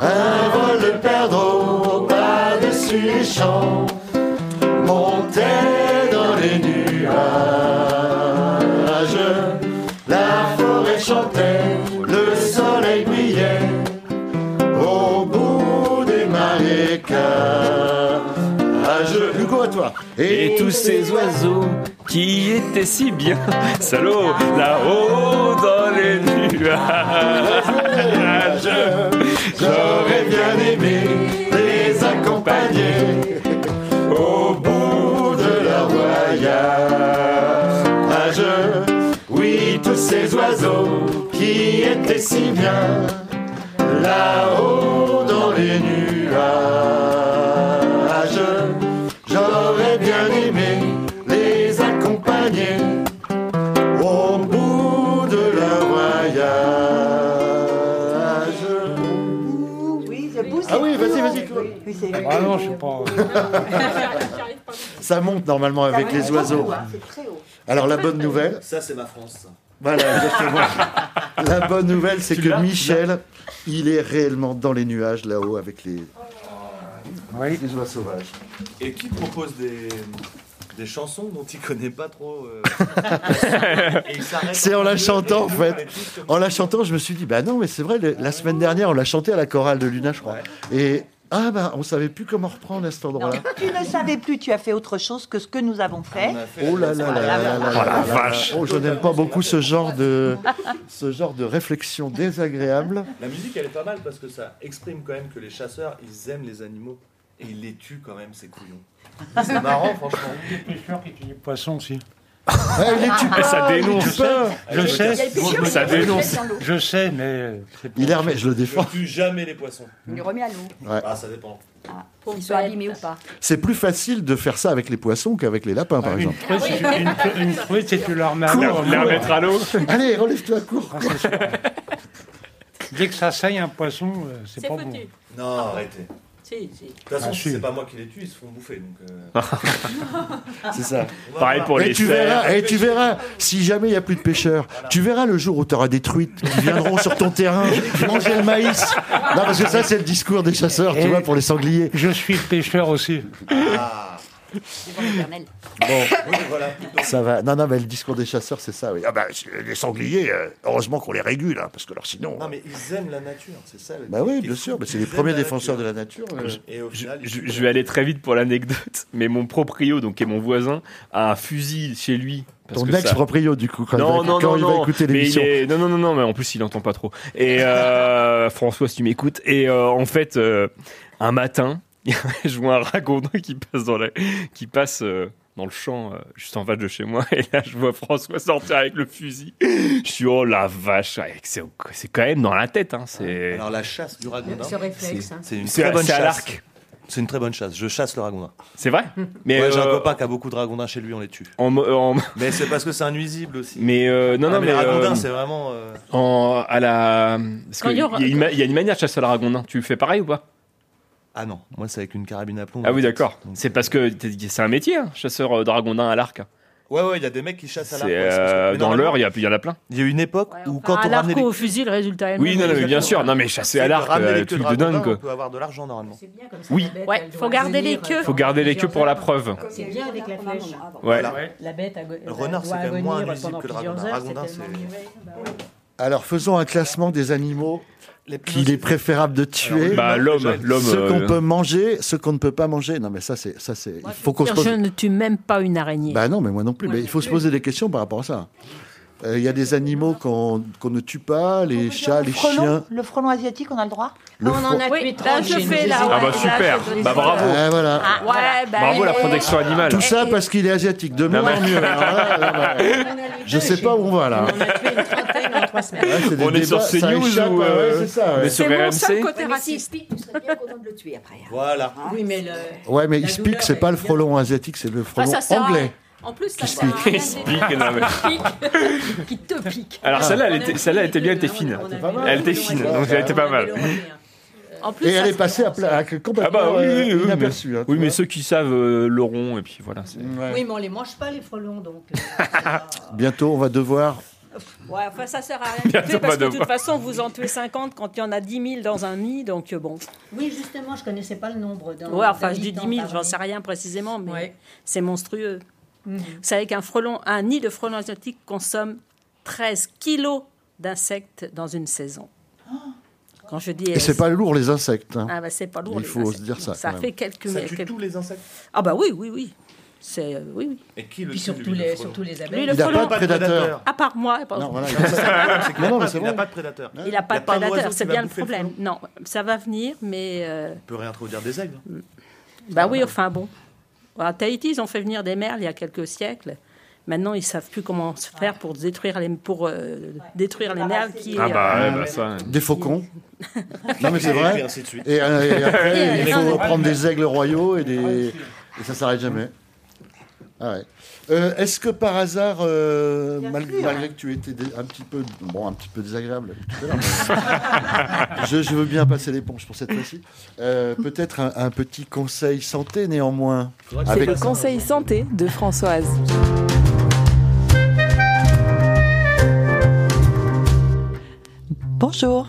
N: Un vol de perdreaux par-dessus les champs montait dans les nuages. La forêt chantait, le soleil brillait au bout des marécages. Hugo, à toi.
B: Et tous ces oiseaux qui étaient si bien, salaud, là-haut dans les nuages.
N: J'aurais bien aimé les accompagner au bout de leur voyage. Oui, tous ces oiseaux qui étaient si bien là-haut dans les nuages. J'aurais bien aimé les accompagner au bout de leur voyage.
I: Oui, je pousse.
N: Ah oui, vas-y, vas-y, Claude.
I: Oui, c'est
N: Ah non, je sais pas. Ça monte normalement avec
I: hein.
N: les oiseaux.
I: C'est très haut.
N: Alors la bonne nouvelle,
E: Ça, c'est ma France.
N: voilà, exactement. La bonne nouvelle, c'est que Michel, il est réellement dans les nuages là-haut avec les, les oies sauvages.
E: Et qui propose des, des chansons dont il connaît pas trop euh, et il s'arrête
N: C'est en
E: milieu
N: la chantant en
E: et-
N: fait. En la chantant, je me suis dit, bah non, mais c'est vrai, le- la semaine dernière, on l'a chanté à la chorale de Luna, je crois. Et ah bah, on savait plus comment reprendre à cet endroit-là.
I: Tu ne savais plus, tu as fait autre chose que ce que nous avons fait.
N: Oh là là là là là là là là. Oh, je n'aime pas beaucoup ce genre de ce genre de réflexion désagréable.
E: La musique, elle est pas mal parce que ça exprime quand même que les chasseurs, ils aiment les animaux et ils les tuent quand même, ces couillons. C'est marrant, franchement.
C: Poisson aussi.
N: les tue
B: Ah,
N: pas,
C: ça
N: il les
C: dénonce.
N: tue pas.
C: Je sais,
N: Il y a le pêcheur
C: je
N: qui
C: sais,
N: les jette dans l'eau.
C: Je sais, mais euh, c'est
N: Il est remet, je le défends.
E: Ne tue jamais les poissons.
K: Il les remet à l'eau.
N: Ouais.
E: Ah, ça dépend.
K: Qu'ils soient abîmés ou pas.
N: C'est plus facile de faire ça avec les poissons qu'avec les lapins, par exemple.
C: Bah, Une truite, si tu- une- une truite, si tu la remets à
N: Cours,
C: l'eau,
N: cours.
C: elle meurt.
N: remettre à l'eau. Allez, relève-toi, cours.
C: Ah, Dès que ça saigne un poisson, euh, c'est pas bon.
F: Ah
E: Non, arrêtez.
O: Si, si.
E: De toute façon,
C: Ah, si.
E: c'est pas moi qui les tue, ils se font bouffer. Donc, euh,
N: C'est ça.
E: on va voir.
N: et tu verras, et tu verras, si jamais il n'y a plus de pêcheurs, tu verras le jour où tu auras des truites qui viendront sur ton terrain manger le maïs. Non, parce que ça, c'est le discours des chasseurs, tu
C: Et-
N: vois, pour les sangliers.
C: Je suis pêcheur aussi.
K: Devant l'éternel.
C: Bon, ça va. Non, non, mais le discours des chasseurs, c'est ça. Oui. Ah bah, les sangliers, euh, heureusement qu'on les régule, hein, parce que alors sinon.
E: Non, mais ils aiment la nature, c'est ça. le-
C: Bah oui, bien sûr, mais c'est les
E: Ils aiment
C: premiers
E: la
C: défenseurs de la nature. euh.
E: Et au final,
B: Je, je vais aller très vite pour l'anecdote, mais mon proprio, donc qui est mon voisin, a un fusil chez lui. parce
C: Ton
B: que ça-
C: ex-proprio, du coup, quand,
B: non,
C: il, va,
B: non,
C: quand
B: non,
C: il va
B: non,
C: écouter
B: mais il
C: l'émission.
B: est- Non, non, non, non, mais en plus, il n'entend pas trop. Et euh, François, si tu m'écoutes, et euh, en fait, euh, un matin, je vois un ragondin qui passe dans la... qui passe euh, dans le champ, euh, juste en face de chez moi, et là, je vois François sortir avec le fusil. Je suis, oh la vache, ouais, c'est c'est quand même dans la tête. Hein, c'est...
E: Alors la chasse du ragondin.
G: Ce réflexe, hein.
E: C'est une
B: C'est-
E: très bonne
B: c'est à
E: chasse.
B: l'arc.
E: C'est une très bonne chasse. Je chasse le ragondin.
B: C'est vrai Mais
E: Ouais, j'ai un
B: euh,
E: copain qui a beaucoup de ragondins chez lui, on les tue.
B: en mo- en-
E: Mais c'est parce que c'est un nuisible aussi.
B: Mais euh, non,
E: Ah,
B: non,
E: mais
B: mais.
E: les ragondins,
B: euh,
E: c'est vraiment, euh,
B: En, à la. parce
E: Quand
B: que
E: il
B: il
E: y
B: y,
E: aura-
B: a une ma- il y a une manière de chasser le ragondin. hein. Tu fais pareil ou pas
E: Ah non, moi c'est avec une carabine à plomb.
B: Ah oui, d'accord. C'est parce
E: euh,
B: que t'es- c'est un métier, hein, chasseur euh, de ragondin à l'arc.
E: Ouais, ouais, il y a des mecs qui chassent à
B: C'est,
E: l'arc. ouais, c'est parce que-
B: euh,
E: mais
B: dans
E: normalement,
B: l'heure, il y, a- il y en a plein.
E: Il y a une époque où quand
F: Enfin,
E: on
F: à
E: ramenait
F: l'arc
E: les...
F: ou au fusil, le résultat est le
B: Oui,
F: même.
B: non, non, mais bien sûr. Non, mais chasser à
E: de
B: l'arc,
E: ramener
B: euh,
E: les queues
B: truc de
E: ragondin,
B: dingue.
E: On
B: quoi.
E: peut avoir de l'argent normalement.
B: Oui,
F: Ouais, faut garder les queues.
B: faut garder les queues pour la preuve.
P: C'est bien avec la flèche.
B: Ouais.
P: La bête a go-
E: Le renard,
P: doit
E: c'est quand même
P: agonir
E: moins nuisible
P: pendant
E: que le
P: plusieurs
E: ragondin.
P: heures,
E: Ragondin,
P: c'est
E: c'est-
P: tellement mauvais.
C: Alors, faisons un classement des animaux qu'il est préférable de tuer.
B: Bah, l'homme, l'homme,
C: Ceux
B: euh,
C: qu'on peut manger, ceux qu'on ne peut pas manger. Non, mais ça, c'est. ça, c'est. Il faut qu'on se
P: C'est-à-dire,
C: pose.
P: Je ne tue même pas une araignée.
C: Bah non, mais moi non plus. mais il faut se poser des questions par rapport à ça. Euh, Il y a des animaux qu'on qu'on ne tue pas, les chats, les
I: frelon,
C: chiens.
I: Le frelon asiatique, on a le droit
C: Le
I: on en a
P: Oui, là, je fais là.
B: Ah bah super. Bah bravo.
C: Ah, voilà.
F: Ouais, bah,
B: Bravo la protection animale.
C: Tout ça parce qu'il est asiatique. De mieux
B: Non, mais-
C: en mieux. Alors hein, là, là, là, je sais pas où on va là. Ouais, c'est des
B: On est sur
C: débats, ça
B: CNews
C: échappe,
B: ou. euh,
C: ouais, c'est ça, ouais.
B: mais sur RMC
K: côté raciste. Tu serais bien content de le tuer après.
E: Voilà.
G: Ah.
K: Oui, mais le.
C: Ouais, mais
K: La
C: il se pique,
K: douleur,
C: c'est
K: elle
C: pas
K: est
C: le
K: bien.
C: frelon asiatique, c'est le
K: Enfin,
C: frelon
K: ça sert à
C: anglais.
K: rien. En plus, ça
C: Qui se
K: sert à
C: pique.
K: rien.
C: Qui se pique,
B: non,
K: Qui te pique, Qui te pique.
B: Alors celle-là, elle était, celle-là, elle était bien, elle était fine.
E: Ah,
B: Elle était fine, donc elle était pas mal.
F: En plus,
C: Et
F: ça
C: elle est
F: se-
C: passée à plat, à- complètement
B: Ah bah oui,
C: euh,
B: oui, oui,
C: inaperçue. hein,
B: oui,
C: tu
B: mais
C: vois.
B: ceux qui savent euh, l'auront et puis voilà. c'est-
P: Oui, mais on les mange pas, les frelons, donc.
C: Bientôt, on va devoir.
O: Ouais, enfin, ça sert à rien
C: Bientôt
O: de tuer, parce
C: pas
O: que de
C: de
O: toute façon, vous en tuez 50 quand il y en a 10 000 dans un nid, donc euh, bon.
P: Oui, justement, je connaissais pas le nombre. dans-
O: Ouais, enfin, je dis 10
P: d'habitants
O: 000,
P: par
O: j'en
P: nid.
O: sais rien précisément, mais c'est monstrueux.
P: Mhm.
O: Vous savez qu'un frelon, un nid de frelons asiatiques consomme 13 kilos d'insectes dans une saison.
P: Oh.
O: Quand je dis.
C: Et c'est pas lourd les insectes. hein.
O: Ah, bah, c'est pas lourd.
C: Il
O: les
C: faut
O: insectes.
C: se dire ça,
O: Donc, Ça
C: quand même.
O: fait quelques.
E: Ça tue
O: quelques-
E: tous les insectes.
O: Ah, bah oui, oui, oui. C'est. euh, Oui, oui.
E: Et qui le
P: Puis
E: tue,
P: surtout
E: lui, le
P: les,
E: frelon
P: surtout les
O: Lui,
P: abeilles.
O: le
C: Il a
O: frelon-
C: pas de prédateur.
O: À part moi. pardon.
C: Non, voilà, il
E: Non,
C: non, mais c'est
E: Il n'a
C: vrai.
E: Ah, pas de prédateur.
C: Hein
O: Il n'a pas de
E: d'oiseau
O: prédateur,
E: qui
O: c'est
E: va
O: bien le
E: bouffer
O: problème.
E: frelon.
O: non, ça va venir, mais. euh,
E: On peut réintroduire des aigles. hein.
O: bah oui, enfin bon. À Tahiti, ils ont fait venir des merles il y a quelques siècles. Maintenant, ils savent plus comment se faire pour détruire les, pour, euh, détruire les merles qui.
B: Ah bah,
O: euh,
B: ouais, bah ça.
C: Des faucons. non, mais c'est
E: Et
C: vrai.
E: ainsi de suite.
C: Et, euh, et après,
E: Et
C: il
E: les
C: faut
E: aigles.
C: prendre des aigles royaux et, des... et ça s'arrête jamais. Ah ouais. Euh, Est-ce que par hasard, euh, mal- malgré que tu étais dé- un petit peu, bon, un petit peu désagréable, tout à l'heure, mais- je, je veux bien passer l'éponge pour cette fois-ci. Euh, Peut-être un, un petit conseil santé néanmoins.
M: C'est le conseil santé de Françoise.
I: Bonjour.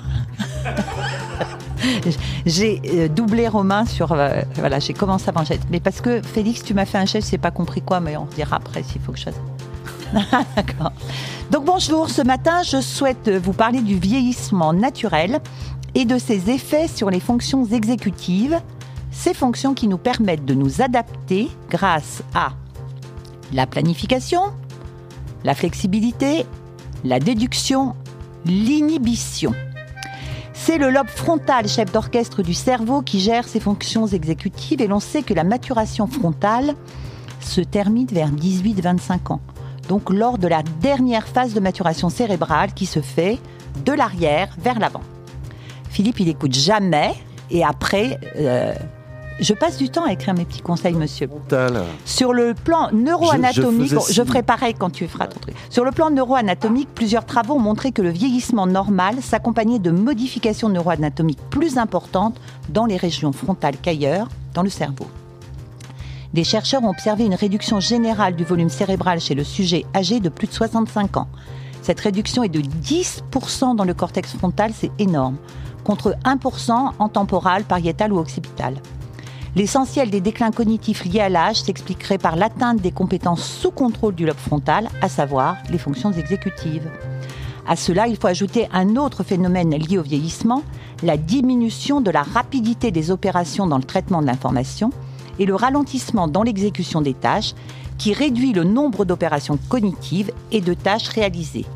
I: j'ai euh, doublé Romain sur. euh, voilà, j'ai commencé à manger. Mais parce que Félix, tu m'as fait un chef, je n'ai pas compris quoi, mais on dira après s'il faut que je fasse. D'accord. Donc bonjour, ce matin, je souhaite euh, vous parler du vieillissement naturel et de ses effets sur les fonctions exécutives, ces fonctions qui nous permettent de nous adapter grâce à la planification, la flexibilité, la déduction, l'inhibition. C'est le lobe frontal, chef d'orchestre du cerveau, qui gère ses fonctions exécutives et l'on sait que la maturation frontale se termine vers 18-25 ans. Donc lors de la dernière phase de maturation cérébrale qui se fait de l'arrière vers l'avant. Philippe, il écoute jamais et après, euh, je passe du temps à écrire mes petits conseils, monsieur.
C: Frontal.
I: Sur le plan neuroanatomique,
C: Je-
I: je,
C: je faisais
I: ferai pareil quand tu feras ton truc. Sur le plan neuroanatomique, plusieurs travaux ont montré que le vieillissement normal s'accompagnait de modifications neuroanatomiques plus importantes dans les régions frontales qu'ailleurs dans le cerveau. Des chercheurs ont observé une réduction générale du volume cérébral chez le sujet âgé de plus de 65 ans. Cette réduction est de 10% dans le cortex frontal, c'est énorme, contre 1% en temporal, pariétal ou occipital. L'essentiel des déclins cognitifs liés à l'âge s'expliquerait par l'atteinte des compétences sous contrôle du lobe frontal, à savoir les fonctions exécutives. À cela, il faut ajouter un autre phénomène lié au vieillissement, la diminution de la rapidité des opérations dans le traitement de l'information et le ralentissement dans l'exécution des tâches qui réduit le nombre d'opérations cognitives et de tâches réalisées.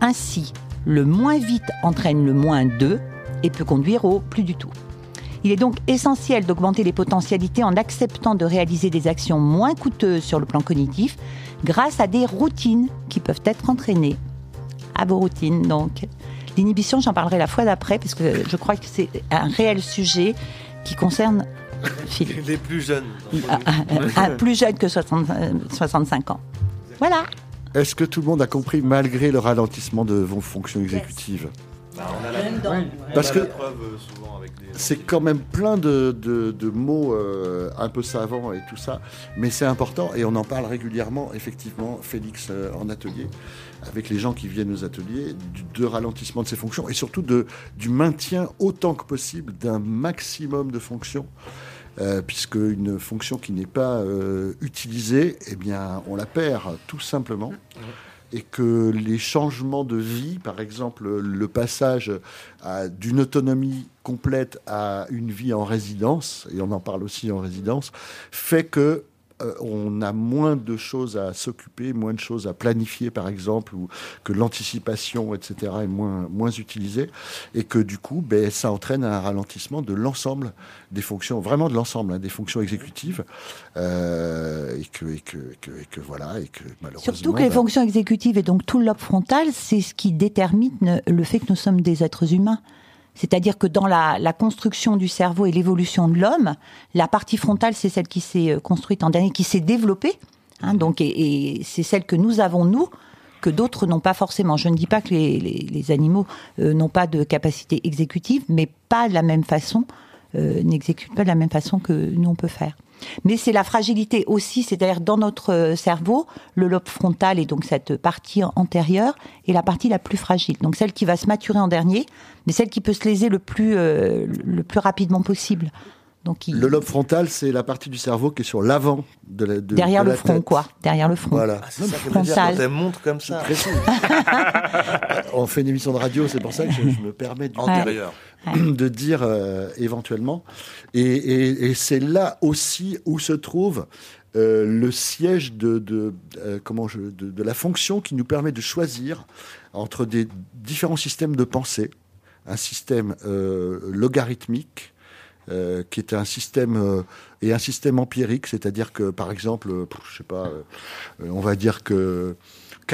I: Ainsi, le moins vite entraîne le moins d'eux et peut conduire au plus du tout. Il est donc essentiel d'augmenter les potentialités en acceptant de réaliser des actions moins coûteuses sur le plan cognitif grâce à des routines qui peuvent être entraînées. À vos routines donc. L'inhibition, j'en parlerai la fois d'après parce que je crois que c'est un réel sujet qui concerne Philippe.
E: Les plus jeunes.
I: Ah, ah, ah, plus jeune que 60, euh, 65 ans. Voilà.
C: Est-ce que tout le monde a compris malgré le ralentissement de vos fonctions exécutives
E: Bah, on a la,
P: Même dans-
E: on a
C: Parce
E: la
C: que-
E: preuve euh, souvent avec des.
C: C'est quand même plein de, de- de mots euh, un peu savants et tout ça, mais c'est important et on en parle régulièrement, effectivement, Félix, euh, en atelier, avec les gens qui viennent aux ateliers, du- de ralentissement de ces fonctions et surtout de, du maintien autant que possible d'un maximum de fonctions. euh, puisque une fonction qui n'est pas euh, utilisée, eh bien, on la perd tout simplement et que les changements de vie, par exemple le passage à- d'une autonomie complète à une vie en résidence, et on en parle aussi en résidence, fait que euh, on a moins de choses à s'occuper, moins de choses à planifier, par exemple, ou que l'anticipation, etc., est moins, moins utilisée, et que du coup, ben, ça entraîne un ralentissement de l'ensemble des fonctions, vraiment de l'ensemble, hein, des fonctions exécutives, euh, et, que, et, que, et que- et que voilà, et que malheureusement.
I: Surtout que les
C: ben,
I: fonctions exécutives et donc tout le lobe frontal, c'est ce qui détermine euh, le fait que nous sommes des êtres humains. C'est-à-dire que dans la, la construction du cerveau et l'évolution de l'homme, la partie frontale, c'est celle qui s'est euh, construite en dernier, qui s'est développée. hein, donc, et, et c'est celle que nous avons, nous, que d'autres n'ont pas forcément. Je ne dis pas que les, les- les animaux euh, n'ont pas de capacité exécutive, mais pas de la même façon, euh, n'exécutent pas de la même façon que nous, on peut faire. Mais c'est la fragilité aussi, c'est-à-dire dans notre euh, cerveau, le lobe frontal est donc cette partie antérieure est la partie la plus fragile, donc celle qui va se maturer en dernier, mais celle qui peut se léser le plus, euh, le plus rapidement possible. Donc il-
C: Le lobe frontal, c'est la partie du cerveau qui est sur l'avant de la de-
I: derrière
C: de
I: le
C: la
I: front,
C: tête.
I: quoi, derrière le front.
C: Voilà.
E: Ah, C'est ça qu'elle veut dire
I: Frontal.
E: quand elle montre comme ça.
C: On fait une émission de radio, c'est pour ça que je, je me permets du-
E: Antérieur.
C: de dire euh, éventuellement. Et, et- et c'est là aussi où se trouve euh, le siège de, de, euh, comment je, de, de la fonction qui nous permet de choisir entre des différents systèmes de pensée. Un système euh, logarithmique, euh, qui est un système euh, et un système empirique, c'est-à-dire que par exemple, euh, pff, je sais pas, euh, euh, on va dire que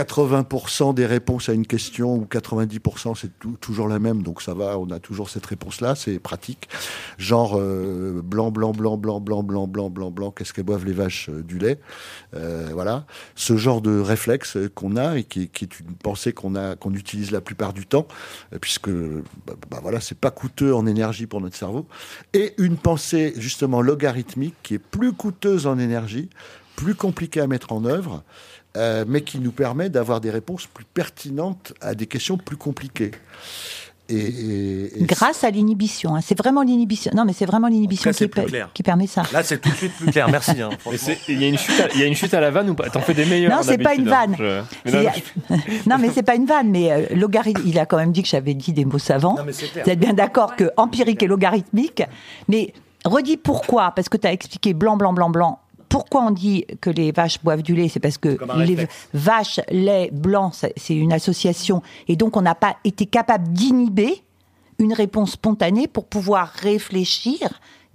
C: 80% des réponses à une question ou 90% c'est tou- toujours la même, donc ça va, on a toujours cette réponse-là, c'est pratique. Genre euh, blanc, blanc, blanc, blanc, blanc, blanc, blanc, blanc, blanc, qu'est-ce qu'elles boivent les vaches euh, du lait, Euh, voilà. Ce genre de réflexe euh, qu'on a et qui, qui est une pensée qu'on a, qu'on utilise la plupart du temps, euh, puisque bah, bah voilà, c'est pas coûteux en énergie pour notre cerveau, et une pensée justement logarithmique qui est plus coûteuse en énergie, plus compliquée à mettre en œuvre, euh, mais qui nous permet d'avoir des réponses plus pertinentes à des questions plus compliquées. Et, et- et-
I: Grâce à l'inhibition, hein. c'est vraiment l'inhibition. Non, mais c'est vraiment l'inhibition
C: cas, c'est
I: qui,
C: plus
I: pe-
C: clair.
I: qui permet ça.
E: Là, c'est tout de suite plus clair. Merci. hein,
B: Mais
E: franchement.
B: c'est- Il y, a une chute à- il y a une chute à la vanne ou pas T'en fais des meilleurs.
I: Non, c'est pas une
B: hein,
I: vanne. C'est- non, mais c'est pas une vanne, mais euh, logarithme, il a quand même dit que j'avais dit des mots savants.
B: mais c'est clair.
I: Vous êtes bien d'accord que empirique et logarithmique, mais redis pourquoi, parce que tu as expliqué blanc, blanc, blanc, blanc. Pourquoi on dit que les vaches boivent du lait C'est parce que
Q: Comme un
I: les
Q: réflexe.
I: vaches, lait, blanc, c'est c'est une association. Et donc, on n'a pas été capable d'inhiber une réponse spontanée pour pouvoir réfléchir,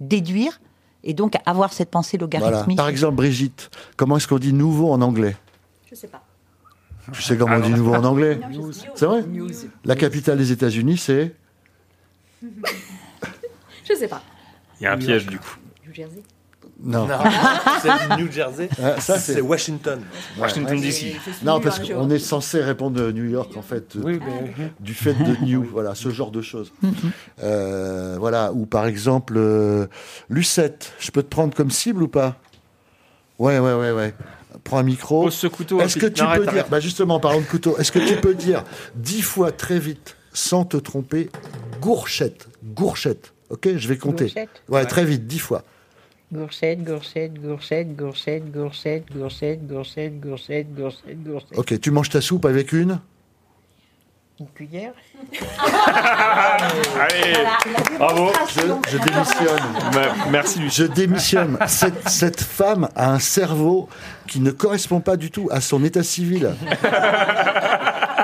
I: déduire, et donc avoir cette pensée
C: voilà.
I: logarithmique.
C: Par exemple, Brigitte, comment est-ce qu'on dit nouveau en anglais
K: Je sais pas.
C: Tu sais comment on dit nouveau en anglais
K: Non, je sais.
C: C'est vrai
K: News.
C: La capitale des États-Unis, c'est
K: Je sais pas.
B: Il y a un piège du coup.
K: New Jersey.
C: non.
E: Non, c'est New Jersey.
C: Ah, ça, c'est-
E: c'est Washington.
C: Ouais. Non, parce qu'on est censé répondre euh, New York, en fait, euh, du fait de New, voilà, ce genre de choses. Euh, voilà, ou par exemple, euh, Lucette, je peux te prendre comme cible ou pas Ouais, ouais, ouais, ouais. Prends un micro.
B: Pose ce couteau,
C: Est-ce que
B: Philippe.
C: tu
B: Non,
C: peux
B: arrête,
C: dire,
B: arrête.
C: bah justement, parlons de couteau, est-ce que tu peux dire dix fois très vite, sans te tromper, gourchette, gourchette, ok Je vais compter.
R: Gourchette
C: Ouais, très vite, dix fois.
D: Gourchette, gourchette, gourchette, gourchette, gourchette, gourchette, gourchette, gourchette, gourchette, gourchette.
C: Ok, tu manges ta soupe avec une
D: Une cuillère
B: Allez, bravo. Bah,
C: Je, je démissionne.
B: Merci.
C: Je démissionne. Cette, cette femme a un cerveau qui ne correspond pas du tout à son état civil.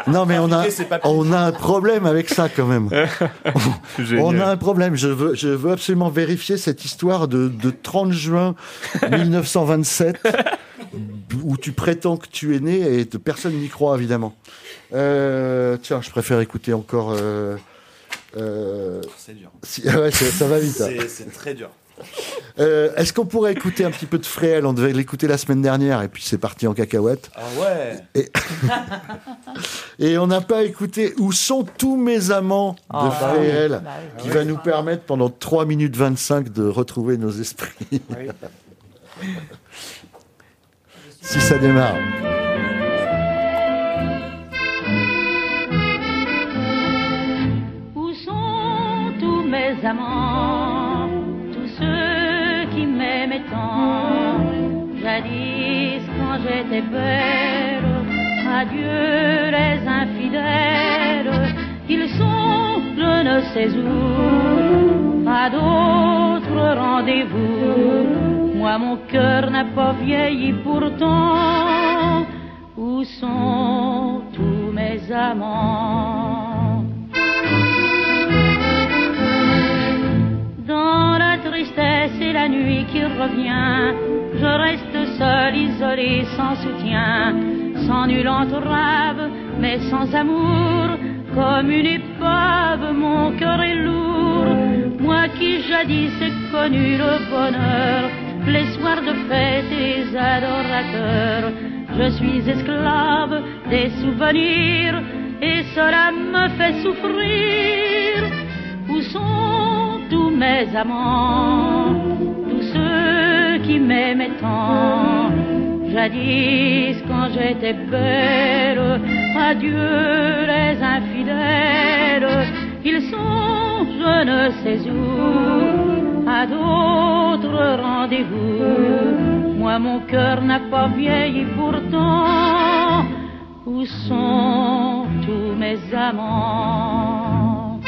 C: Non mais on a, on a un problème avec ça quand même.
B: Génial.
C: On a un problème. Je veux, je veux absolument vérifier cette histoire de, de 30 juin 1927 où tu prétends que tu es né et te- personne n'y croit évidemment. Euh, tiens, je préfère écouter encore. euh, euh,
E: C'est dur.
C: si- ah ouais, c'est- ça va vite. hein.
E: C'est- C'est très dur.
C: Euh, Est-ce qu'on pourrait écouter un petit peu de Fréhel On devait l'écouter la semaine dernière et puis c'est parti en cacahuète.
E: Ah ouais
C: Et, et on n'a pas écouté Où sont tous mes amants de
E: Ah, bah oui.
C: Fréhel,
E: Bah oui.
C: qui
E: Ah
C: va
E: oui.
C: nous permettre pendant 3 minutes 25 de retrouver nos esprits. si ça démarre.
Q: Où sont tous mes amants, tous ceux qui m'aimaient tant Jadis, quand j'étais belle, adieu les infidèles, ils sont je ne sais où, à d'autres rendez-vous. Moi, mon cœur n'a pas vieilli pourtant. Où sont tous mes amants Dans la tristesse et la nuit qui revient, je reste seule, isolée, sans soutien, sans nulle entrave, mais sans amour, comme une épave, mon cœur est lourd. Moi qui jadis ai connu le bonheur, les soirs de fête et les adorateurs, je suis esclave des souvenirs, et cela me fait souffrir. Où sont tous mes amants, tous ceux qui m'aimaient tant Jadis, quand j'étais belle, adieu les infidèles, ils sont je ne sais où, à d'autres rendez-vous. Moi, mon cœur n'a pas vieilli pourtant, où sont tous mes amants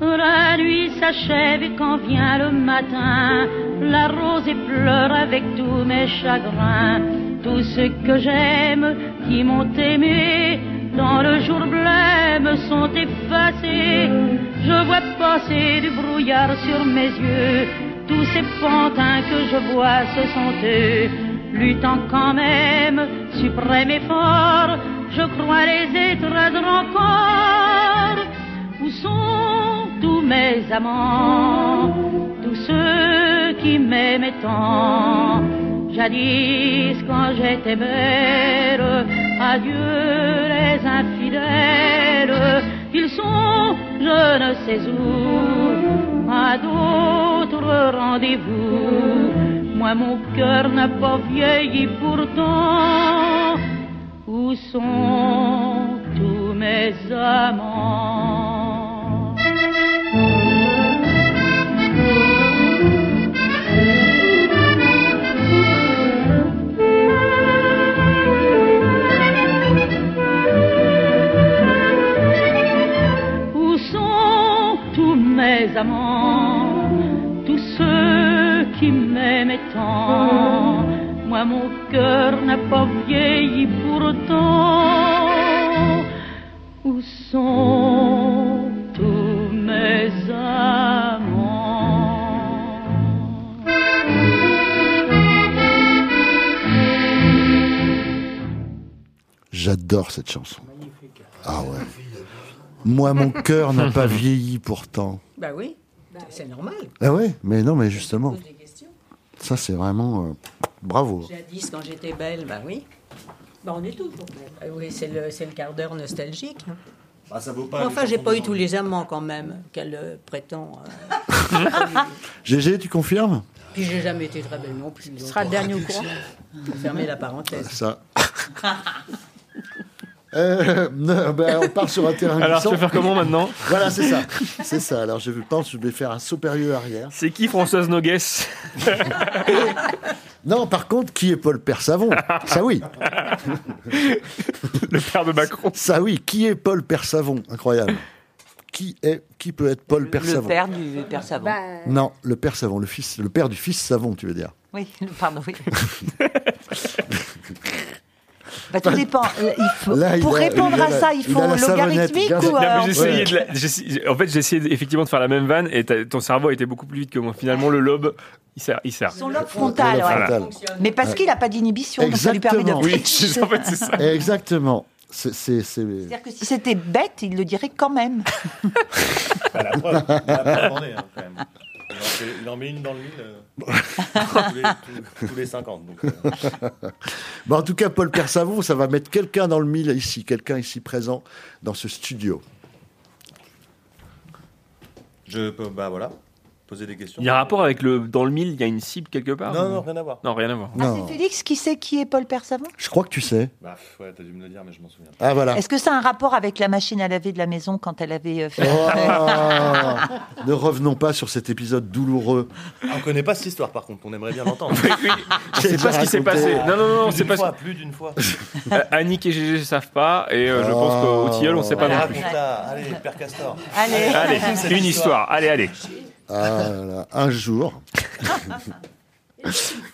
Q: La nuit s'achève et quand vient le matin, la rose et pleure avec tous mes chagrins, tous ceux que j'aime, qui m'ont aimé, dans le jour blême sont effacés. Je vois passer du brouillard sur mes yeux, tous ces pantins que je vois, ce sont eux. Luttant quand même, suprême et fort, je crois les étreindre encore. Où sont tous mes amants, tous ceux qui m'aimaient tant Jadis, quand j'étais belle, adieu les infidèles, ils sont je ne sais où, à d'autres rendez-vous. Moi, mon cœur n'a pas vieilli pourtant. Où sont tous mes amants Où sont tous mes amants Tous ceux qui m'aimaient tant Moi mon cœur n'a pas vieilli pourtant Où sont tous mes amants
C: J'adore cette chanson. Ah ouais. Moi, mon cœur n'a pas vieilli pourtant.
G: Bah oui, c'est normal.
C: Ah ouais Mais non, mais justement.
G: Pose des questions.
C: Ça, c'est vraiment. euh, bravo.
G: Jadis, quand j'étais belle, bah oui. Bah on est toujours belle. Oui, c'est le, c'est le quart d'heure nostalgique. hein.
E: Bah, ça vaut pas.
G: Mais
E: les
G: enfin, j'ai
E: chansons
G: pas eu tous
E: d'aujourd'hui.
G: les amants quand même qu'elle euh, prétend. euh.
C: GG, tu confirmes
G: Puis j'ai jamais été très belle non plus. Ce
O: sera le dernier au courant.
G: Fermez la parenthèse.
C: Ça. Euh, non, ben, on part sur un terrain
B: Alors,
C: glissant.
B: tu veux faire comment maintenant
C: Voilà, c'est ça. C'est ça. Alors, je pense que je vais faire un saut périlleux arrière.
B: C'est qui Françoise Nogues
C: Non, par contre, qui est Paul Persavon Ça oui.
B: Le père de Macron.
C: Ça oui. Qui est Paul Persavon Incroyable. Qui est Qui peut être Paul Persavon
I: Le père du père savon.
C: Non, le père Savon, le fils, le père du fils Savon, tu veux dire.
I: Oui, pardon, oui. Bah, tout dépend. Il faut-
C: Là, il
I: pour
C: a-
I: répondre
C: il a
I: à
C: la-
I: ça, il
C: il
I: faut
C: a la
I: logarithmique
C: savonnette,
I: ou
C: bien sûr.
I: alors-
C: Ouais.
B: J'ai essayé de la- j'ai essayé- en fait, j'ai essayé effectivement de faire la même vanne et t'as- ton cerveau a été beaucoup plus vite que moi. Finalement, le lobe, il sert. Il sert.
I: Son lobe frontal,
B: Le lobe
I: ouais.
B: frontal.
I: Mais parce qu'il n'a pas d'inhibition, donc ça lui permet de.
C: Oui,
I: c'est- en fait, c'est ça.
C: Exactement. C'est- c'est- c'est-
I: C'est-à-dire que si c'était bête, il le dirait quand même.
E: la preuve, il a pas demandé, hein, quand même. Il en, fait- il en met une dans le mille euh, tous, les, tous- tous les 50. Donc, euh,
C: Bon, en tout cas, Paul Persavon, ça va mettre quelqu'un dans le mille ici, quelqu'un ici présent dans ce studio.
E: je peux, bah voilà, poser des questions.
B: Il y a un rapport avec le dans le mille, il y a une cible quelque part
E: Non,
B: ou-
E: non, rien à voir.
B: Non, rien à voir.
I: Ah,
C: Non.
I: Félix, qui sait qui est Paul Persavon
C: Je crois que tu sais.
E: Bah pff, ouais, t'as dû me le dire, mais je m'en souviens.
C: Ah voilà.
I: Est-ce que ça a un rapport avec la machine à laver de la maison quand elle avait euh, fait.
C: Oh, ne revenons pas sur cet épisode douloureux.
E: Ah,
C: Ah,
E: On connaît pas cette histoire, par contre. On aimerait bien l'entendre.
B: Je sais pas ce qui s'est passé. Non, non, non, on sait pas. ce-
E: Plus d'une fois.
B: Euh, Annick et Gégé savent pas, et euh, je pense
C: Ah.
B: qu'au tilleul, on sait pas
E: Allez,
B: non plus.
E: raconte-la. Allez, Père Castor.
B: Allez,
E: Cette
B: une histoire. Allez, allez.
C: Ah, là, là. un jour,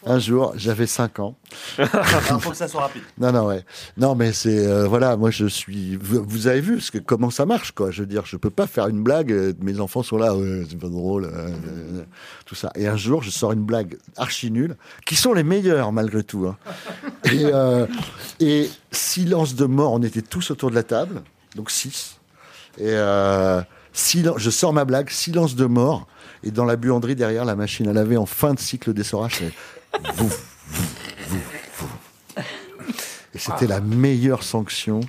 C: un jour, j'avais 5 ans.
E: Il faut que ça soit rapide.
C: Non, non, ouais. Non, mais c'est euh, voilà, moi je suis. Vous, vous avez vu ce que, comment ça marche, quoi. Je veux dire, je peux pas faire une blague. euh, Mes enfants sont là, ouais, c'est pas drôle, euh, euh, tout ça. Et un jour, je sors une blague archi nulle, qui sont les meilleurs malgré tout. hein. Et, euh, et silence de mort. On était tous autour de la table, donc 6 Et euh, silen- je sors ma blague, silence de mort. Et dans la buanderie derrière, la machine à laver en fin de cycle d'essorage, c'est vouf, vouf, vouf, vouf. Et c'était la meilleure sanction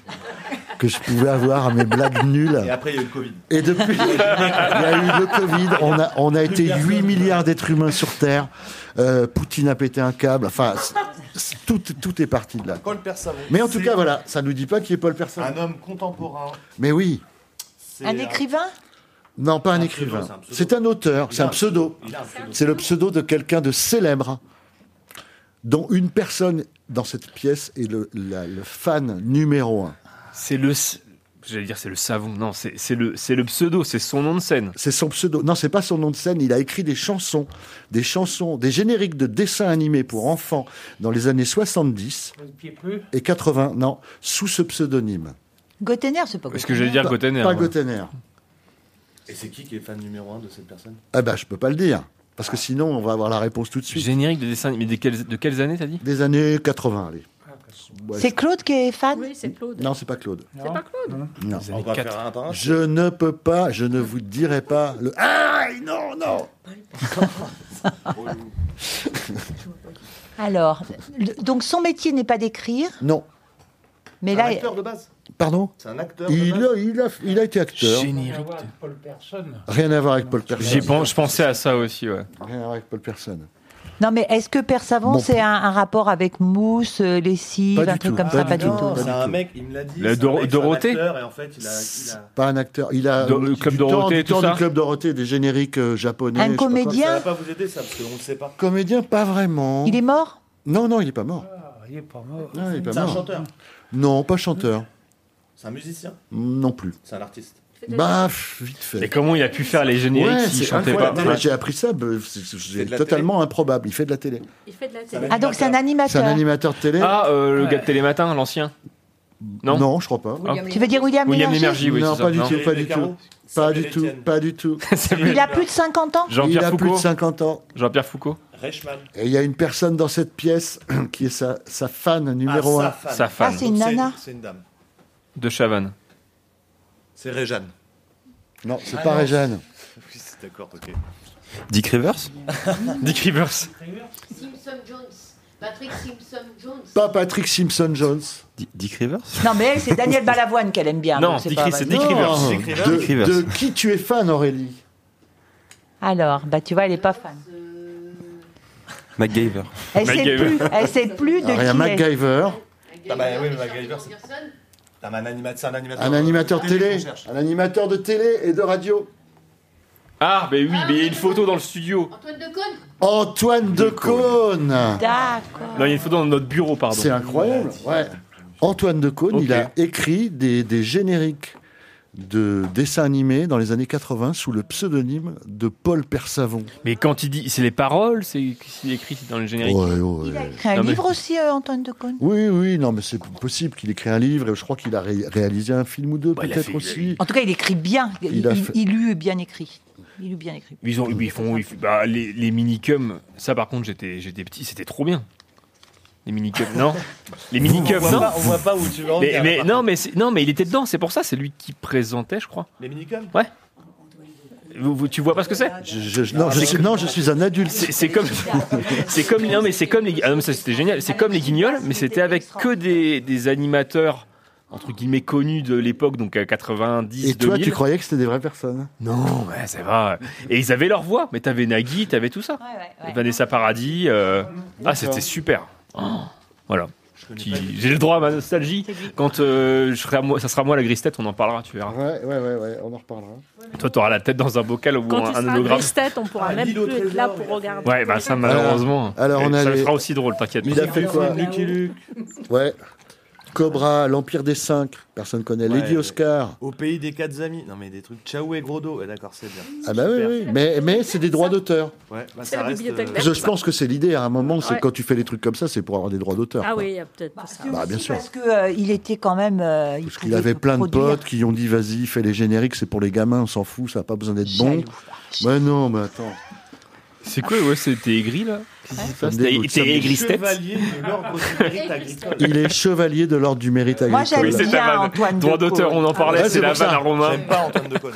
C: que je pouvais avoir à mes blagues nulles.
E: Et après, il y a eu le Covid.
C: Et depuis, il y a eu le Covid, on a, on a été 8 milliards d'êtres humains sur Terre, euh, Poutine a pété un câble, enfin, c- c- tout, tout est parti de là.
E: Paul Persavon.
C: Mais en tout
E: c'est
C: cas, voilà, ça ne nous dit pas qui est Paul Persavon.
E: Un homme contemporain.
C: Mais oui,
E: C'est
I: Un écrivain
C: non, pas un,
E: pseudo,
C: écrivain.
E: c'est un pseudo.
C: C'est un auteur,
E: Il
C: c'est
E: a
C: un
E: un
C: pseudo.
E: pseudo. Il a un pseudo.
C: C'est le pseudo de quelqu'un de célèbre, dont une personne dans cette pièce est le, la- le fan numéro un.
B: C'est le. s- J'allais dire, c'est le savon. Non, c'est c'est le, c'est le pseudo, c'est son nom de scène.
C: C'est son pseudo. Non, c'est pas son nom de scène. Il a écrit des chansons, des chansons, des génériques de dessins animés pour enfants dans les années 70 et 80. Non, sous ce pseudonyme.
I: Gotener, c'est pas Gotener.
B: Est-ce que j'allais dire Gotener
C: Pas
B: ouais.
C: Gotener.
E: Et c'est qui qui est fan numéro 1 de cette personne
C: Eh ben, je peux pas le dire parce que sinon on va avoir la réponse tout de suite.
B: Générique de dessin, mais de quelles, de quelles années t'as dit
C: Des années 80, allez.
E: Ah,
C: Ouais,
I: C'est Claude qui est fan
O: Oui, c'est Claude.
C: Non, c'est pas Claude.
O: C'est pas Claude.
C: Non.
E: On va faire un par un.
C: Je ne peux pas, je ne vous dirai pas le. Aïe, non, non
I: Alors, le- donc son métier n'est pas d'écrire,
C: Non,
I: mais là.
E: acteur de base.
C: pardon
E: C'est un acteur. de
C: il
E: base.
C: a, il, a, il a été acteur.
B: Générique.
N: Paul Personne.
C: Rien à voir avec Paul Persson.
B: J'y pense, je pensais à ça aussi, ouais.
C: Rien à voir avec Paul Persson.
I: Non, mais est-ce que Père Savon,
C: Bon.
I: c'est un, un rapport avec mousse, euh, lessive,
C: Pas du
I: un truc
C: tout,
I: comme ça
C: pas
I: Pas
C: du
I: du
E: Non,
I: tout.
E: c'est
C: du
E: un
C: tout.
E: mec, il me l'a dit.
B: La
E: c'est un
B: Dor-
E: mec, c'est un
B: Dorothée
E: acteur, et en fait, il a. il a-
C: Pas un acteur. Il a euh,
B: Do- le
C: du
B: Club
C: temps-
B: Dorothée,
C: du
B: tout
C: temps
B: ça
C: du Club Dorothée, des génériques euh, japonais.
I: Un
C: je sais pas quoi.
I: comédien
E: Ça va pas vous aider, ça, parce qu'on ne sait pas.
C: Comédien, pas vraiment.
I: Il est mort
C: Non, non, il est pas mort.
N: Ah, Il est pas mort.
C: Non, il est pas
E: C'est un
C: mort.
E: chanteur.
C: Non, pas chanteur.
E: C'est un musicien.
C: Non plus.
E: C'est un artiste.
C: Bah, pff, vite fait.
B: Et comment il a pu faire les génériques
C: Ouais,
B: s'il
C: c'est
B: chantait pas
C: incroyable. Moi, J'ai appris ça, bah, c'est- c'est
E: de la
C: totalement improbable. Il fait de la télé.
O: Il fait de la
E: télé.
I: Ah, donc c'est un
C: C'est
I: animateur.
C: un animateur de télé
B: Ah, euh, le gars de Télématin, l'ancien. Non
C: je crois pas.
I: Tu veux dire William,
B: William
I: Lémergie
B: Ah, Lémergie, oui,
C: non,
B: c'est
C: pas
B: ça.
C: du
B: Non.
C: tout, pas
E: Les
C: du
E: carreaux.
C: tout. Pas
E: Samuel
C: du tout,
E: Etienne.
C: pas du tout.
I: Il a plus de 50 ans
C: Il
B: Jean-Pierre
C: a plus de
B: Foucault.
C: 50 ans.
B: Jean-Pierre Foucault,
E: Reichmann.
C: Et il y a une personne dans cette pièce qui est sa, sa fan numéro
E: ah, sa
C: 1.
E: femme.
B: Sa femme.
I: Ah, c'est une
E: Donc,
I: nana.
E: C'est une dame.
B: de Chavannes.
E: C'est Réjeanne.
C: Non, c'est
E: Ah
C: pas
E: non.
C: Réjeanne.
E: Oui, c'est d'accord, ok.
R: Dick Rivers
B: Dick Rivers.
S: Simpson Jones. Patrick Simpson Jones.
C: Pas Patrick Simpson-Jones.
R: Di- Dick Rivers
I: Non, mais elle, c'est Daniel Balavoine qu'elle aime bien.
B: Non,
I: donc c'est
B: Dick
I: pas
B: Ri-
I: vrai.
B: c'est Dick
C: Non.
B: Rivers.
E: Dick Rivers.
C: De,
R: Dick Rivers.
C: de qui tu es fan, Aurélie
I: Alors, bah tu vois, elle est pas fan.
R: MacGyver.
I: Elle sait
B: MacGyver.
I: plus. Elle sait plus de
C: Alors, Il y a
I: qui elle est.
C: MacGyver.
E: bah, Ah bah oui, mais MacGyver, c'est. Non, mais un animateur, c'est un animateur.
C: Un
E: euh,
C: animateur de télé,
E: qu'on cherche.
C: un animateur de télé et de radio.
B: Ah, mais oui, mais il y a une photo dans le studio.
S: Antoine de Caunes
C: Antoine Decaune.
B: Ah.
I: D'accord.
B: Non, il y a une photo dans notre bureau, pardon.
C: C'est incroyable. Ouais. Antoine Decaune, il a écrit des, des génériques de dessins animés dans les années 80 sous le pseudonyme de Paul Persavon.
B: Mais quand il dit, c'est les paroles, c'est c'est écrit dans le générique.
C: Ouais, ouais.
I: C'est un
C: Non, mais-
I: livre aussi, euh, Antoine de Caunes
C: Oui, oui, non, mais c'est possible qu'il écrit un livre et je crois qu'il a ré- réalisé un film ou deux,
B: Bah, il a
C: peut-être
B: fait-
C: aussi.
I: En tout cas, il écrit bien. Il,
C: Il a
I: il-
C: fait-
I: il eut bien écrit. Il eut bien écrit.
B: Ils, ont, ils font, ils font- bah, les, les minicums, ça par contre, j'étais, j'étais petit, c'était trop bien. Les minicums, non Les
E: on,
B: minicums,
E: voit
B: non
E: pas, on voit pas où tu veux en
B: mais,
E: venir,
B: mais-
E: là, par
B: non, mais c'est- non, mais il était dedans, c'est pour ça, c'est lui qui présentait, je crois.
E: Les minicums
B: Ouais. Vous, vous- tu vois pas ce que Ah, c'est
C: non, je suis- non, je suis un adulte.
B: C'est c'est comme, c'est comme, non, mais c'est comme les, ah non, mais ça, c'était génial. C'est comme les Guignols, mais c'était avec que des, des animateurs entre guillemets connus de l'époque, donc euh, à 90,
C: Et toi,
B: 2000.
C: tu croyais que c'était des vraies personnes hein
B: Non, ouais, c'est vrai. Et ils avaient leur voix, mais t'avais Nagui, t'avais tout ça. Vanessa Paradis. euh, Ah, c'était super. Oh,
C: Ah.
B: voilà. Qui- J'ai le droit à ma nostalgie. Quand euh, je serai à moi- ça sera moi la grise tête, on en parlera, tu verras.
C: Ouais, ouais, ouais, ouais, on en reparlera. hein.
B: Toi, t'auras la tête dans un bocal ou
O: Quand
B: un,
O: tu
B: un
O: seras
B: hologramme.
O: grise-tête, on pourra même plus être là pour regarder.
B: Ouais, bah ça, malheureusement.
C: Alors, on
B: Et
C: a
B: ça
C: les-
B: sera aussi drôle, t'inquiète.
C: Il a fait quoi Ouais. Cobra, l'Empire des Cinq, personne connaît.
E: Ouais,
C: Lady
E: ouais.
C: Oscar.
E: Au pays des quatre amis. Non, mais des trucs Ciao et Gros Dos. Ouais, d'accord, c'est bien.
C: Ah bah oui,
E: Super.
C: oui. Mais, mais c'est des droits d'auteur.
E: Ouais, bah,
O: C'est
E: ça
O: la
E: reste,
O: bibliothèque
E: euh,
C: Je, je pense que c'est l'idée à un moment, c'est
I: Ouais.
C: quand tu fais des trucs comme ça, c'est pour avoir des droits d'auteur.
O: Ah
C: quoi.
O: oui, il y a peut-être pas ça.
C: Bah, bien sûr.
I: Parce qu'il était quand même. euh, il
C: Il
I: pouvait
C: avait plein de
I: produire.
C: potes qui ont dit vas-y, fais les génériques, c'est pour les gamins, on s'en fout, ça n'a pas besoin d'être bon. Mais non, mais attends.
B: C'est quoi, ouais, c'était aigri là Qu'est-ce qui se passe
C: me
B: T'es
C: dégoûte, ça me
B: t'es aigri
C: dégoûte.
B: tête
E: Chevalier de l'ordre du mérite agricole.
C: Il est chevalier de l'ordre du mérite
E: Moi,
C: agricole.
E: j'aime Oui, c'est bien ta vanne. Antoine
B: Droit d'auteur, on en parlait,
C: Ouais,
B: c'est la
C: pour ça. hein.
B: vanne à Romain.
E: J'aime pas Antoine de Caunes.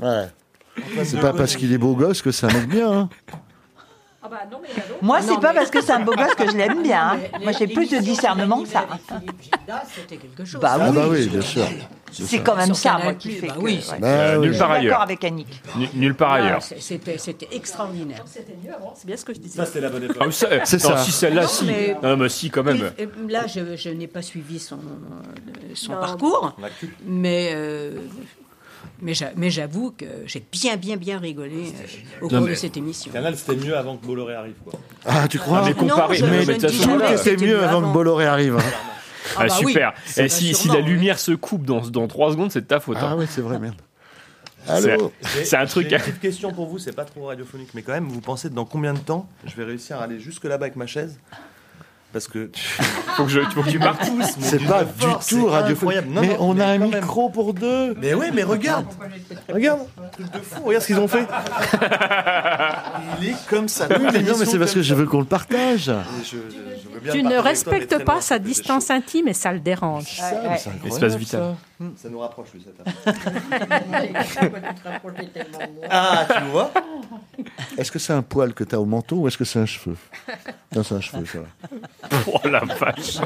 C: Ouais. C'est pas parce qu'il est beau gosse que ça mec bien. hein.
I: Moi, c'est
G: Non,
I: pas
G: mais-
I: parce que c'est un beau gosse que je l'aime bien. hein.
G: Non, mais
I: Moi, j'ai
G: les-
I: plus de
G: l'émission
I: discernement que ça. hein.
G: Là, c'était quelque chose.
I: Bah
C: Ah
I: oui.
C: bah oui, bien sûr.
I: C'est quand même
G: Sur
I: ça,
G: Canal+,
I: moi, qui fait
G: bah
I: que.
G: oui,
I: ouais.
G: c'est-
C: Bah oui.
B: Nulle part
I: Je suis d'accord
B: ailleurs.
I: avec Annick.
B: Nu- Nulle part
G: Ah,
B: ailleurs.
G: c'est- C'était c'était extraordinaire.
O: C'était mieux avant, c'est bien ce que je disais.
E: Ça, c'était la bonne
B: Ah,
E: époque.
B: mais ça, euh,
C: C'est
B: non,
C: ça.
B: Si celle-là,
G: Non,
B: si.
G: mais-
B: Non, mais si, quand même.
G: Oui, et là, je, je n'ai pas suivi son, euh, son
O: Non.
G: parcours,
E: On a cul.
G: mais, euh, mais j'a- mais j'avoue que j'ai bien, bien, bien rigolé euh, au
B: Non,
G: cours
B: mais-
G: de cette émission.
E: Canal, c'était mieux avant que Bolloré arrive. Quoi.
C: Ah, tu crois
B: Non, mais comparé-
G: je-
B: mais-
G: je
B: mais
G: ne
B: de toute
G: dis
B: façon,
G: jamais
B: là-
G: que
C: C'était mieux avant que Bolloré arrive. hein.
G: Ah bah oui,
B: super. Eh,
G: ça va
B: si, si
G: sûrement,
B: la
G: oui.
B: lumière se coupe dans, dans 3 secondes, c'est de ta faute. hein.
C: Ah oui, c'est vrai, merde.
B: C'est-
C: Allô
E: J'ai-
B: C'est un
E: j'ai
B: truc.
E: Une petite question pour vous, c'est pas trop radiophonique, mais quand même, vous pensez dans combien de temps je vais réussir à aller jusque là-bas avec ma chaise Parce que.
B: Faut que, je, faut que tu marques.
C: C'est pas du tout radiophonique.
E: incroyable. Non,
C: Mais
E: non,
C: on a
E: mais
C: un
E: quand même.
C: micro pour deux.
E: Mais ouais, mais regarde Regarde Truc de fou, regarde ce qu'ils ont fait Il est comme ça.
C: Oui, mais non, mais c'est parce que je veux qu'on le partage.
O: Tu ne respectes pas sa distance intime et ça le dérange.
I: Ouais, ouais.
B: Espace vital.
E: Ça nous rapproche, lui, cette affaire. Ah, tu vois
C: Est-ce que c'est un poil que t'as au menton ou est-ce que c'est un cheveu Non, c'est un cheveu, ça va.
B: Oh la vache.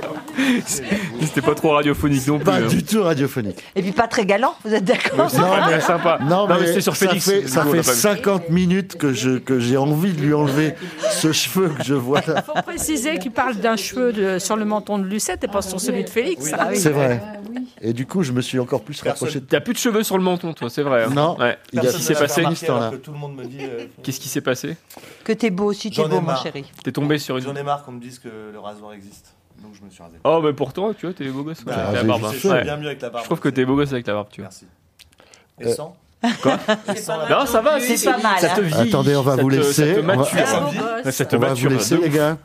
B: C'était pas trop radiophonique non plus.
C: Pas
B: hein.
C: du tout radiophonique.
I: Et puis pas très galant, vous êtes d'accord hein,
B: Non, mais sympa.
C: Non, mais,
B: c'était sur
C: ça
B: Félix.
C: fait,
B: du
C: ça
B: coup, on
C: fait
B: a pas vu.
C: 50 minutes que je que j'ai envie de lui enlever ce cheveu que je vois là.
O: Il faut préciser qu'il parle d'un cheveu de- sur le menton de Lucette et
E: Ah,
O: pas sur celui de Félix.
E: bah
O: hein.
C: C'est vrai. Et du coup, je me suis encore plus rapproché de
B: T'as plus de cheveux sur le menton, toi, c'est vrai. hein.
C: Non.
B: Ouais.
C: Il y a-
B: Qu'est-ce qui s'est passé
C: remarqué. alors que
E: que tout le monde me dit. euh,
B: Qu'est-ce qui s'est passé
I: Que t'es beau aussi, t'es
E: J'en ai
I: beau, mon
E: marre.
I: chéri.
B: T'es tombé sur une.
E: J'en ai marre qu'on me dise que le rasoir existe. Donc je me suis rasé.
B: Oh, mais pourtant, tu vois, t'es beau gosse. ouais,
E: Bah,
B: avec la
C: j'ai
B: barbe.
C: vu
B: hein.
E: Je suis
B: Ouais.
E: bien mieux avec la barbe.
B: Je trouve que t'es beau gosse avec la barbe, tu vois.
E: Merci. Et sans
B: Quoi
E: Et sans la
B: Non, ça va,
I: C'est pas mal,
B: Ça te
I: hein.
B: vieillit,
C: Attendez, on va
B: ça
C: vous
B: te-
C: laisser,
B: Ça te
C: on va-
B: mature.
O: Beau gosse.
B: Ça te
C: On va
B: mature.
C: vous laisser,
B: de
C: les
B: ouf.
C: gars.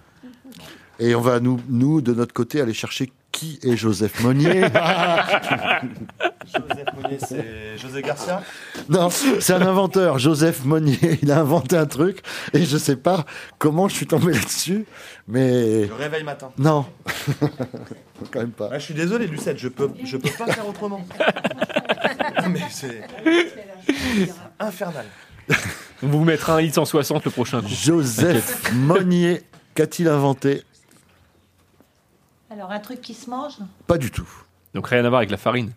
C: Et on va, nous, nous, de notre côté, aller chercher qui est Joseph Monnier.
E: Joseph Monnier, c'est José Garcia.
C: non, c'est un inventeur, Joseph Monnier. Il a inventé un truc et je sais pas comment je suis tombé là-dessus, mais
E: Le réveil matin.
C: non. Quand même pas.
E: Ah, je suis désolé, Lucette, je peux, je peux pas faire autrement. Mais c'est infernal.
B: On vous mettra un lit 160 le prochain coup.
C: Joseph Monnier, qu'a-t-il inventé
I: Alors, un truc qui se mange
C: Pas du tout.
B: Donc rien à voir avec la farine.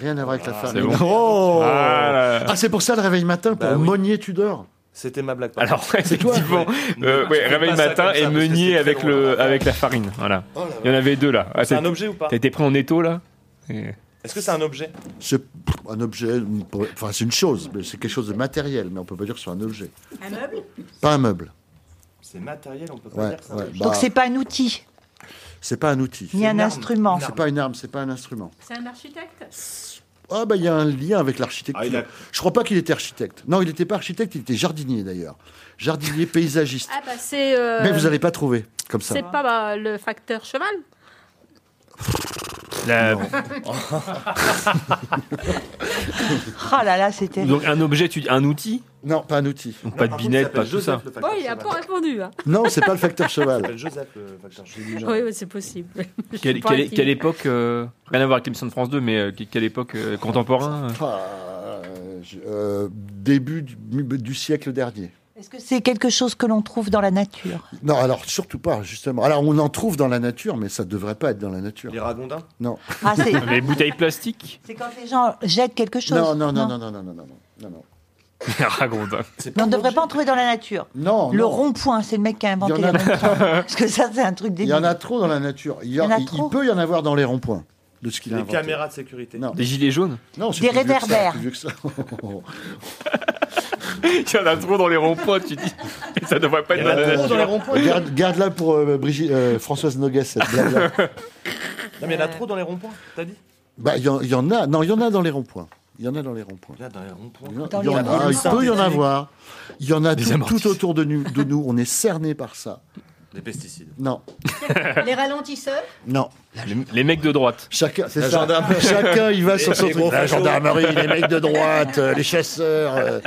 C: Rien à voir avec la
B: Ah, c'est
C: farine.
B: bon.
C: Oh
B: Ah, là, là.
C: Ah, c'est pour ça le réveil matin, pour
E: Bah oui.
C: Monnier Tudor.
E: C'était ma blague. pardon.
B: Alors effectivement, euh,
E: Non,
B: ouais,
E: je fais
B: réveil
E: pas ça
B: matin
E: comme ça,
B: et
E: parce que c'est
B: meunier
E: très
B: avec
E: long,
B: le
E: hein.
B: avec la farine. Voilà.
E: Oh là là.
B: Il y en avait deux là. Ah,
E: c'est
B: t'es-
E: un objet ou pas
B: T'as été pris en étau là Et-
E: Est-ce que c'est un objet
C: C'est un objet, une- enfin c'est une chose, mais c'est quelque chose de matériel, mais on peut pas dire que c'est un objet.
E: Un meuble
C: Pas un meuble.
E: C'est matériel, on peut pas
C: Ouais,
E: dire que c'est un
C: ouais,
E: objet.
C: bah,
I: Donc c'est pas un outil,
C: c'est pas un outil.
I: ni un instrument.
C: C'est pas une arme, c'est pas un instrument.
O: C'est un architecte
C: Ah bah il y a un lien avec l'architecture.
E: Ah,
C: Je crois pas qu'il était architecte. Non, il n'était pas architecte, il était jardinier d'ailleurs. Jardinier paysagiste.
O: Ah bah c'est... euh,
C: Mais vous n'allez pas trouver comme ça.
O: C'est pas bah, le facteur cheval
I: Oh là là, c'était.
B: Donc un objet, tu dis un outil
C: Non, pas un outil.
B: pas de binette, pas tout ça.
O: Oh, il n'a pas répondu. Hein.
C: Non, c'est pas le facteur cheval.
E: s'appelle Joseph, le facteur cheval.
O: Oui, oui, c'est possible. Je
B: Quelle,
O: suis pas
B: quelle-
O: intime.
B: quelle époque euh, Rien à voir avec l'émission de France 2, mais euh, que- quelle époque euh, contemporain euh
C: Ah, Euh, je- euh, début du, du siècle dernier.
I: Est-ce que c'est quelque chose que l'on trouve dans la nature
C: Non, alors surtout pas, justement. Alors on en trouve dans la nature, mais ça devrait pas être dans la nature. Les
E: ragondins
C: Non.
I: Ah, c'est-
B: Les bouteilles plastiques
I: C'est quand les gens jettent quelque chose
C: Non, non, non, non, non, non, non, non, non, non.
B: Les ragondins.
I: Mais on ne devrait pas en trouver dans la nature.
C: Non,
I: Le
C: non.
I: rond-point, c'est le mec qui a inventé
C: Il y en
I: les
C: a-
I: ronds-points. Parce que ça, c'est un truc
C: Il
I: débile.
C: y en a trop dans la nature. Il, y a-
I: Il y en a
C: il- il
I: trop.
C: peut y en avoir dans les ronds-points de ce qu'il a
E: Des
C: inventé.
E: caméras de sécurité.
C: Non.
B: Des gilets jaunes
C: Non, c'est
I: Des
C: plus vieux que ça,
I: réverbères.
C: plus vieux que ça.
B: Il y en a trop dans les ronds-points, tu dis. Ça devrait pas être dans la nature.
C: Euh, Garde- Garde-la pour euh, Brigitte, euh, Françoise Noguet, cette blague-là.
E: Non, mais il y en a trop dans les ronds-points, t'as dit
C: Bah, il y, en- il y en a. Non, il y en a dans les ronds-points. Il y en a dans les ronds-points.
E: Là, dans les ronds-points.
C: Il y en-
E: Dans
C: il y en
E: les
C: a, il
E: ronds-points.
C: peut y en avoir. Il y en a
B: Des
C: tout,
B: amortisseurs.
C: tout autour de nous, de nous. On est cerné par ça.
E: Des pesticides.
C: Non,
P: Les ralentisseurs
C: non.
B: Les, les mecs de droite.
C: Chacun, c'est
B: La
C: ça.
B: gendarmerie.
C: Chacun, il va sur son
B: Les
C: truc.
B: gros
C: La
B: fachos.
C: gendarmerie, les mecs de droite, euh, les chasseurs. euh.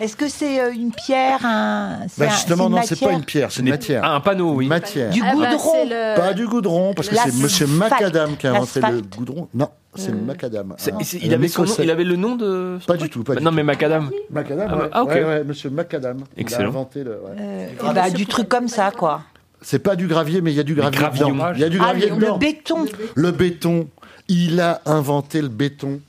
I: Est-ce que c'est euh, une pierre un... c'est
C: Bah
I: un-
C: justement,
I: c'est
C: non, c'est pas une pierre, c'est une matière.
B: Ah, un panneau, oui.
C: Matière.
I: Du
O: Ah bah,
I: goudron.
O: c'est le-
C: Pas du goudron, parce que
I: L'asphalte.
C: c'est Monsieur Macadam qui a inventé le
I: L'asphalte.
C: goudron. Non,
I: Euh.
C: c'est Macadam.
B: C'est-
C: un-
B: c'est- il,
C: un
B: avait son nom-
C: Écossais.
B: il avait le nom de.
C: Pas du tout, pas du
B: non, mais Macadam.
C: Macadam,
B: Ah bah,
C: ouais.
B: ah, ok.
C: Ouais, ouais, Monsieur Macadam. Il a
B: Excellent.
C: inventé le. ouais. Ah,
I: Euh, eh ben, du truc comme ça, quoi.
C: C'est pas du gravier, mais il y a du gravier
B: gravillons.
C: dedans. Il y a du
I: Ah,
C: gravier
I: le,
C: dedans.
I: le béton.
C: Le béton. Il a inventé le béton.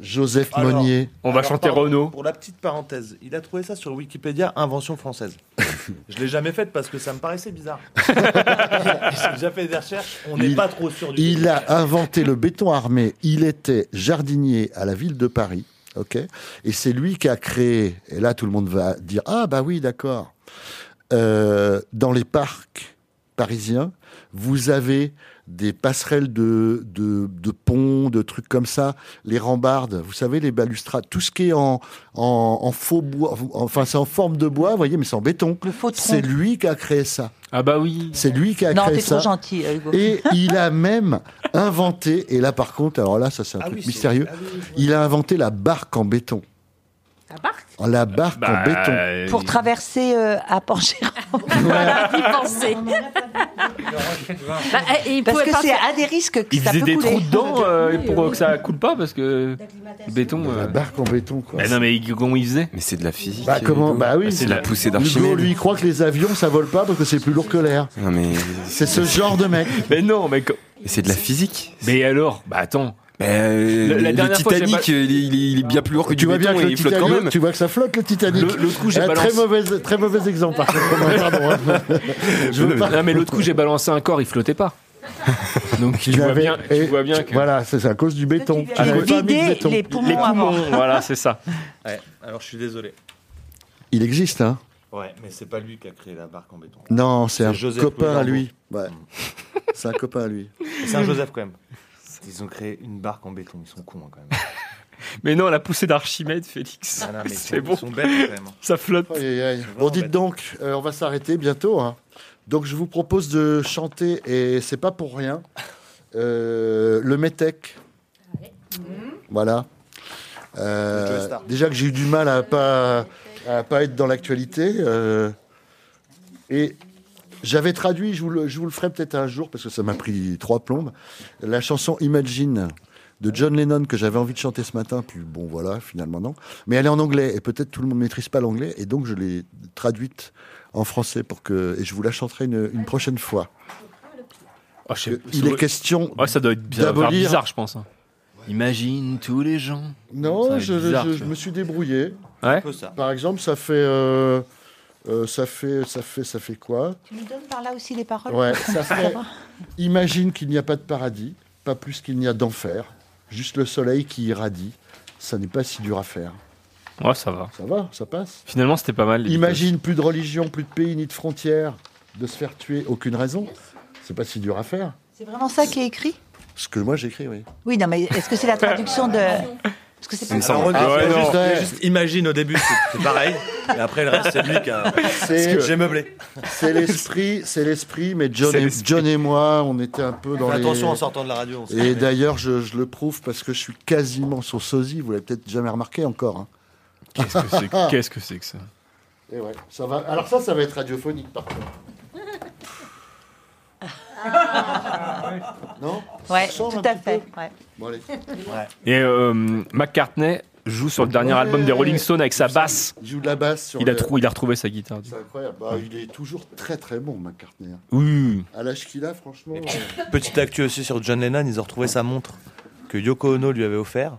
C: Joseph
E: Alors,
C: Monnier.
B: On va
E: Alors,
B: chanter
E: pardon,
B: Renaud.
E: Pour la petite parenthèse, il a trouvé ça sur Wikipédia Invention française. je l'ai jamais faite parce que ça me paraissait bizarre. J'ai déjà fait des recherches, on n'est
C: Il-
E: pas trop sûr du
C: Il
E: tout.
C: a inventé le béton armé. Il était jardinier à la ville de Paris. OK Et c'est lui qui a créé, et là tout le monde va dire Ah, bah oui, d'accord. Euh, dans les parcs parisiens, vous avez des passerelles de, de, de ponts, de trucs comme ça, les rambardes, vous savez, les balustrades, tout ce qui est en, en, en faux bois, enfin c'est en forme de bois, vous voyez, mais c'est en béton.
I: Le faux tronc.
C: C'est lui qui a créé ça.
B: Ah, bah oui.
C: C'est lui qui a
I: Non,
C: créé
I: t'es
C: ça.
I: trop gentil, euh, Hugo.
C: Et il a même inventé, et là par contre, alors là ça c'est un
E: Ah
C: truc
E: oui, c'est-
C: mystérieux,
E: ah oui, oui, je vois.
C: il a inventé la barque en béton.
O: La barque
C: La barque
B: Bah,
C: en béton.
I: Pour traverser euh, à Port-Gérard.
O: Voilà, d'y penser. Bah, eh, il
I: Parce
O: pouvait
I: que
O: pas
I: c'est
O: faire-
I: un des risques que
B: Il
I: ça peut
B: faisait des trous
I: couler.
B: dedans euh, pour que ça coule pas parce que. Béton.
C: La
B: euh,
C: barque en béton quoi.
B: bah non, mais Ah, comment ils faisaient
R: Mais c'est de la physique. euh,
C: Bah comment
R: Hugo.
C: Bah oui.
R: C'est de la poussée
C: Hugo
R: d'Archimède.
C: lui il croit que les avions ça vole pas parce que c'est plus lourd que l'air.
R: Non mais
C: C'est ce genre de mec.
B: Mais non, mais. co-
R: mais c'est de la physique.
B: Mais alors Bah attends.
R: Mais, euh,
B: La- la
R: le
B: dernière fois, j'ai
R: Titanic,
B: pas-
R: euh, il, est- il est- il est bien plus lourd que
C: Tu
R: du
C: vois bien
R: béton
C: que
R: et
C: le
R: il flotte quand
C: Titanic,
R: même.
C: tu vois que ça flotte le Titanic.
B: Le- l'autre coup, j'ai
C: Eh,
B: balancé-
C: très mauvaise, très mauvais exemple par contre. Pardon, hein. Je veux pas-
B: Non, mais l'autre coup, j'ai balancé un corps, il flottait pas. Donc tu
C: Il
B: vois
C: avait-
B: bien,
C: et-
B: tu vois bien que.
C: Voilà, c'est c'est à cause du béton.
I: lui
C: Il avait
I: avais
C: pas mis de
I: vidé
C: béton.
I: les poumons
B: Les
I: avant.
B: poumons, voilà, Ah, c'est ça.
E: Ouais, alors je suis désolé.
C: Il existe, hein
E: Ouais, mais c'est pas lui qui a créé la barque en béton.
C: Non, c'est un
E: Joseph Mm.
C: copain à
E: Louis-Lambeau.
C: lui. Ouais. C'est un copain à Ah, lui.
E: Et C'est un Joseph quand même. Ils ont créé une barque en béton, ils sont cons hein, quand même.
B: Mais non, la poussée d'Archimède, Félix.
E: Ah non, mais ils sont-
B: c'est
E: ils
B: bon.
E: sont bêtes quand même.
B: Ça flotte.
C: Aïe, aïe, aïe. Bon, dites donc, euh, on va s'arrêter bientôt. hein. Donc, je vous propose de chanter, et c'est pas pour rien, euh, le Metec. Voilà. Euh,
E: De Joe Star.
C: déjà que j'ai eu du mal à pas, à pas être dans l'actualité. euh, et j'avais traduit, je vous, le, je vous le ferai peut-être un jour, parce que ça m'a pris trois plombes, la chanson Imagine de John Lennon que j'avais envie de chanter ce matin, puis bon voilà, finalement non. Mais elle est en anglais, et peut-être tout le monde ne maîtrise pas l'anglais, et donc je l'ai traduite en français pour que, et je vous la chanterai une, une prochaine fois.
B: Oh, je sais-
C: Euh, Il est question...
B: Ouais, ça doit être bizarre,
C: d'abolir-
B: bizarre, je pense. hein. Imagine tous les gens. Ça va
C: Non,
B: être
C: je,
B: bizarre,
C: je-
B: tu
C: je
B: vois.
C: me suis débrouillé.
E: Un
B: Ouais.
E: peu ça.
C: Par exemple, ça fait... euh, euh, ça fait, ça fait, ça fait quoi
I: Tu nous donnes par là aussi les paroles
C: Ouais, ça fait. Imagine qu'il n'y a pas de paradis. pas plus qu'il n'y a d'enfer, juste le soleil qui irradie. Ça n'est pas si dur à faire.
B: Ouais, ça va.
C: Ça va, ça passe.
B: Finalement, c'était pas mal. les
C: Imagine plus de religion, plus de pays, ni de frontières, de se faire tuer, aucune raison. C'est pas si dur à faire.
I: C'est vraiment ça qui est écrit
C: Ce que moi j'écris, oui.
I: Oui, non, mais est-ce que c'est la traduction de. Est-ce que c'est pas
E: Alors,
C: Ah,
E: on- il y a juste, il y a juste imagine au début, c'est c'est pareil. Et après, le reste, c'est lui qui a. C'est
C: C'est-
E: j'ai meublé.
C: C'est l'esprit, c'est l'esprit, mais John
E: C'est
C: et,
E: l'esprit.
C: John et moi, on était un peu dans
E: Fais
C: les-
E: attention en sortant de la radio, on se
C: Et
E: rappelle.
C: d'ailleurs, je, je le prouve parce que je suis quasiment son sosie. Vous l'avez peut-être jamais remarqué encore. hein.
B: Qu'est-ce que c'est que- Qu'est-ce que c'est que ça
C: Eh ouais, ça va. Alors ça, ça va être radiophonique par contre. Non
I: Ouais, tout à fait. ouais.
C: Bon, allez.
B: Et euh, McCartney joue sur le dernier
C: Ouais.
B: album des Rolling Stones avec sa basse.
C: Il joue de la basse sur
B: Il a,
C: le-
B: trou- il a retrouvé sa guitare.
C: C'est incroyable. Bah, il est toujours très très bon, McCartney. hein.
B: Oui.
C: À l'âge qu'il a, franchement. euh,
E: Petite actu aussi sur John Lennon, ils ont retrouvé sa montre que Yoko Ono lui avait offert.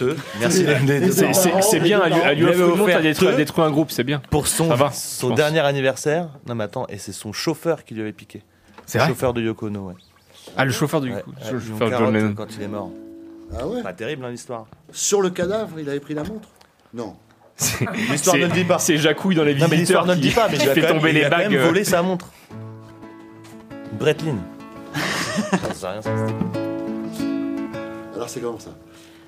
E: Te. Merci
B: C'est-
E: les- les-
B: c'est- c'est- c'est bien, à lui- à lui
E: avait
B: offrir une montre,
E: offert
B: à détruire-
E: te
B: à détruire un groupe, c'est bien.
E: Pour son,
B: Ça va,
E: son
B: je pense.
E: dernier anniversaire. Non mais attends, et c'est son chauffeur qui lui avait piqué.
B: C'est
E: le
B: vrai
E: chauffeur de Yoko Ono, ouais.
B: Ah, le chauffeur de
E: Ouais,
B: Yoko-
E: ouais,
B: le
E: ils l'ont
B: chauffeur de John
E: carotte
B: Lennon.
E: Quand il est mort.
C: Ah ouais
E: Pas terrible hein, l'histoire.
C: Sur le cadavre, il avait pris la montre Non.
E: L'histoire
B: C'est-
E: ne le dit pas.
B: C'est Jacouille dans les
E: Non, mais l'histoire
B: visiteurs
E: ne le
B: qui,
E: dit pas, mais
B: qui
E: il a
B: fait
E: quand même-
B: tomber
E: il
B: les
E: a quand
B: bagues.
E: même
B: euh,
E: volé sa montre. Bretlin. Ça sert à rien, ça.
C: Alors c'est comment ça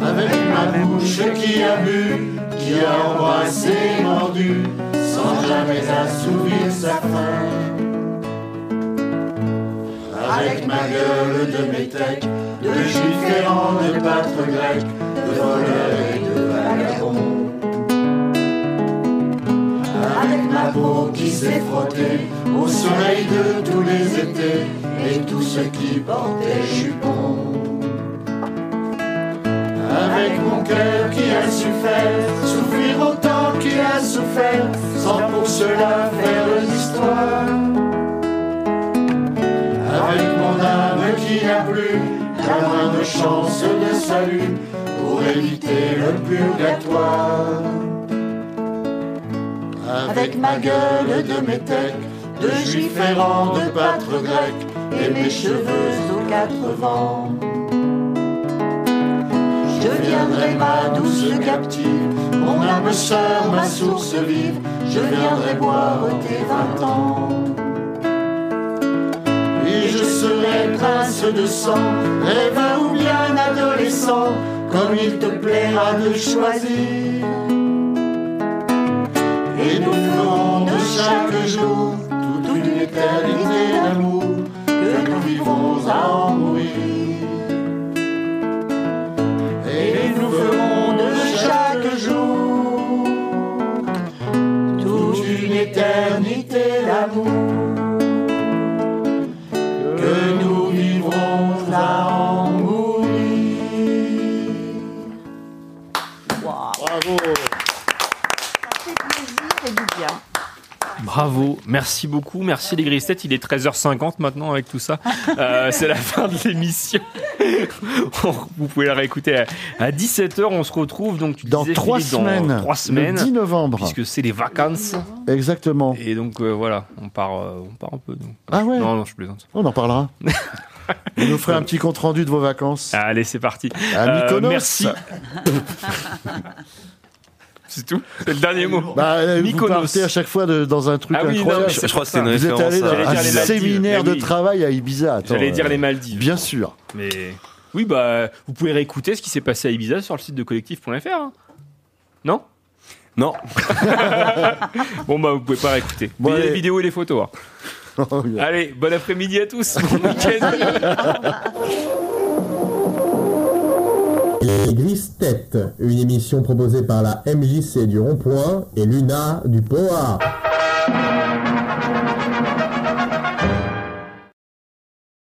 C: Avec ma bouche qui a bu, qui a embrassé, mordu, sans jamais assouvir sa faim.
N: Avec ma gueule de métèque, de juif errant, de pâtre grec, de voleur et de vagabond. Avec ma peau qui s'est frottée au soleil de tous les étés et tous ceux qui portaient jupons. Avec mon cœur qui a su faire souffrir autant qu'il a souffert, sans pour cela faire l'histoire.
C: Avec mon âme qui n'a plus la moindre chance de salut, pour éviter le purgatoire.
N: Avec ma gueule de métèque, de juif errant, de pâtre grec, et mes cheveux aux quatre vents. Je viendrai ma douce captive, mon âme sœur, ma source vive, je viendrai boire tes vingt ans.
C: Et je serai prince de sang,
N: Rêveur ou bien adolescent, comme il te plaira de choisir. Et nous ferons de chaque jour toute une éternité d'amour que nous vivrons à en mourir. Et nous ferons de chaque jour toute une éternité d'amour que nous vivrons à en mourir.
C: Bravo.
I: C'est du bien.
B: Bravo, merci beaucoup, merci les Grisettes. Il est 13h50 maintenant avec tout ça. Euh, c'est la fin de l'émission. Vous pouvez la réécouter à, à 17h. On se retrouve donc tu
C: Dans
B: disais,
C: trois
B: Philippe,
C: semaines,
B: dans trois
C: le
B: semaines,
C: 10 novembre.
B: puisque c'est les vacances.
C: Exactement.
B: Et donc euh, voilà, on part, euh, on part un peu. donc.
C: Ah ouais
B: Non, non, je plaisante.
C: On en parlera. Vous nous ferez un petit compte rendu de vos vacances.
B: Allez, c'est parti.
C: À
B: Euh,
C: Mykonos.
B: merci. c'est tout. C'est le dernier mot.
C: Bah, euh, vous
B: Mykonos.
C: partez à chaque fois de- dans un truc
B: Ah oui, non,
C: incroyable.
B: mais c'est Je crois que c'est une
C: Vous êtes
B: référence
C: allé
B: à-
C: dans
B: J'allais
C: un
B: dire les Maldives,
C: séminaire
B: mais
C: de
B: oui.
C: travail à Ibiza. Attends,
B: J'allais
C: euh,
B: dire les Maldives.
C: Bien sûr.
B: Mais oui, bah, vous pouvez réécouter ce qui s'est passé à Ibiza sur le site de collectif.fr. hein. Non Non. bon, bah, vous pouvez pas réécouter.
C: Bon,
B: Mais il y a les
C: allez. Oh,
B: vidéos et les photos. hein. Allez, bon après-midi à tous. Bon week-end.
T: Les Grises Têtes, une émission proposée par la MJC du Rond-Point et Luna du POA.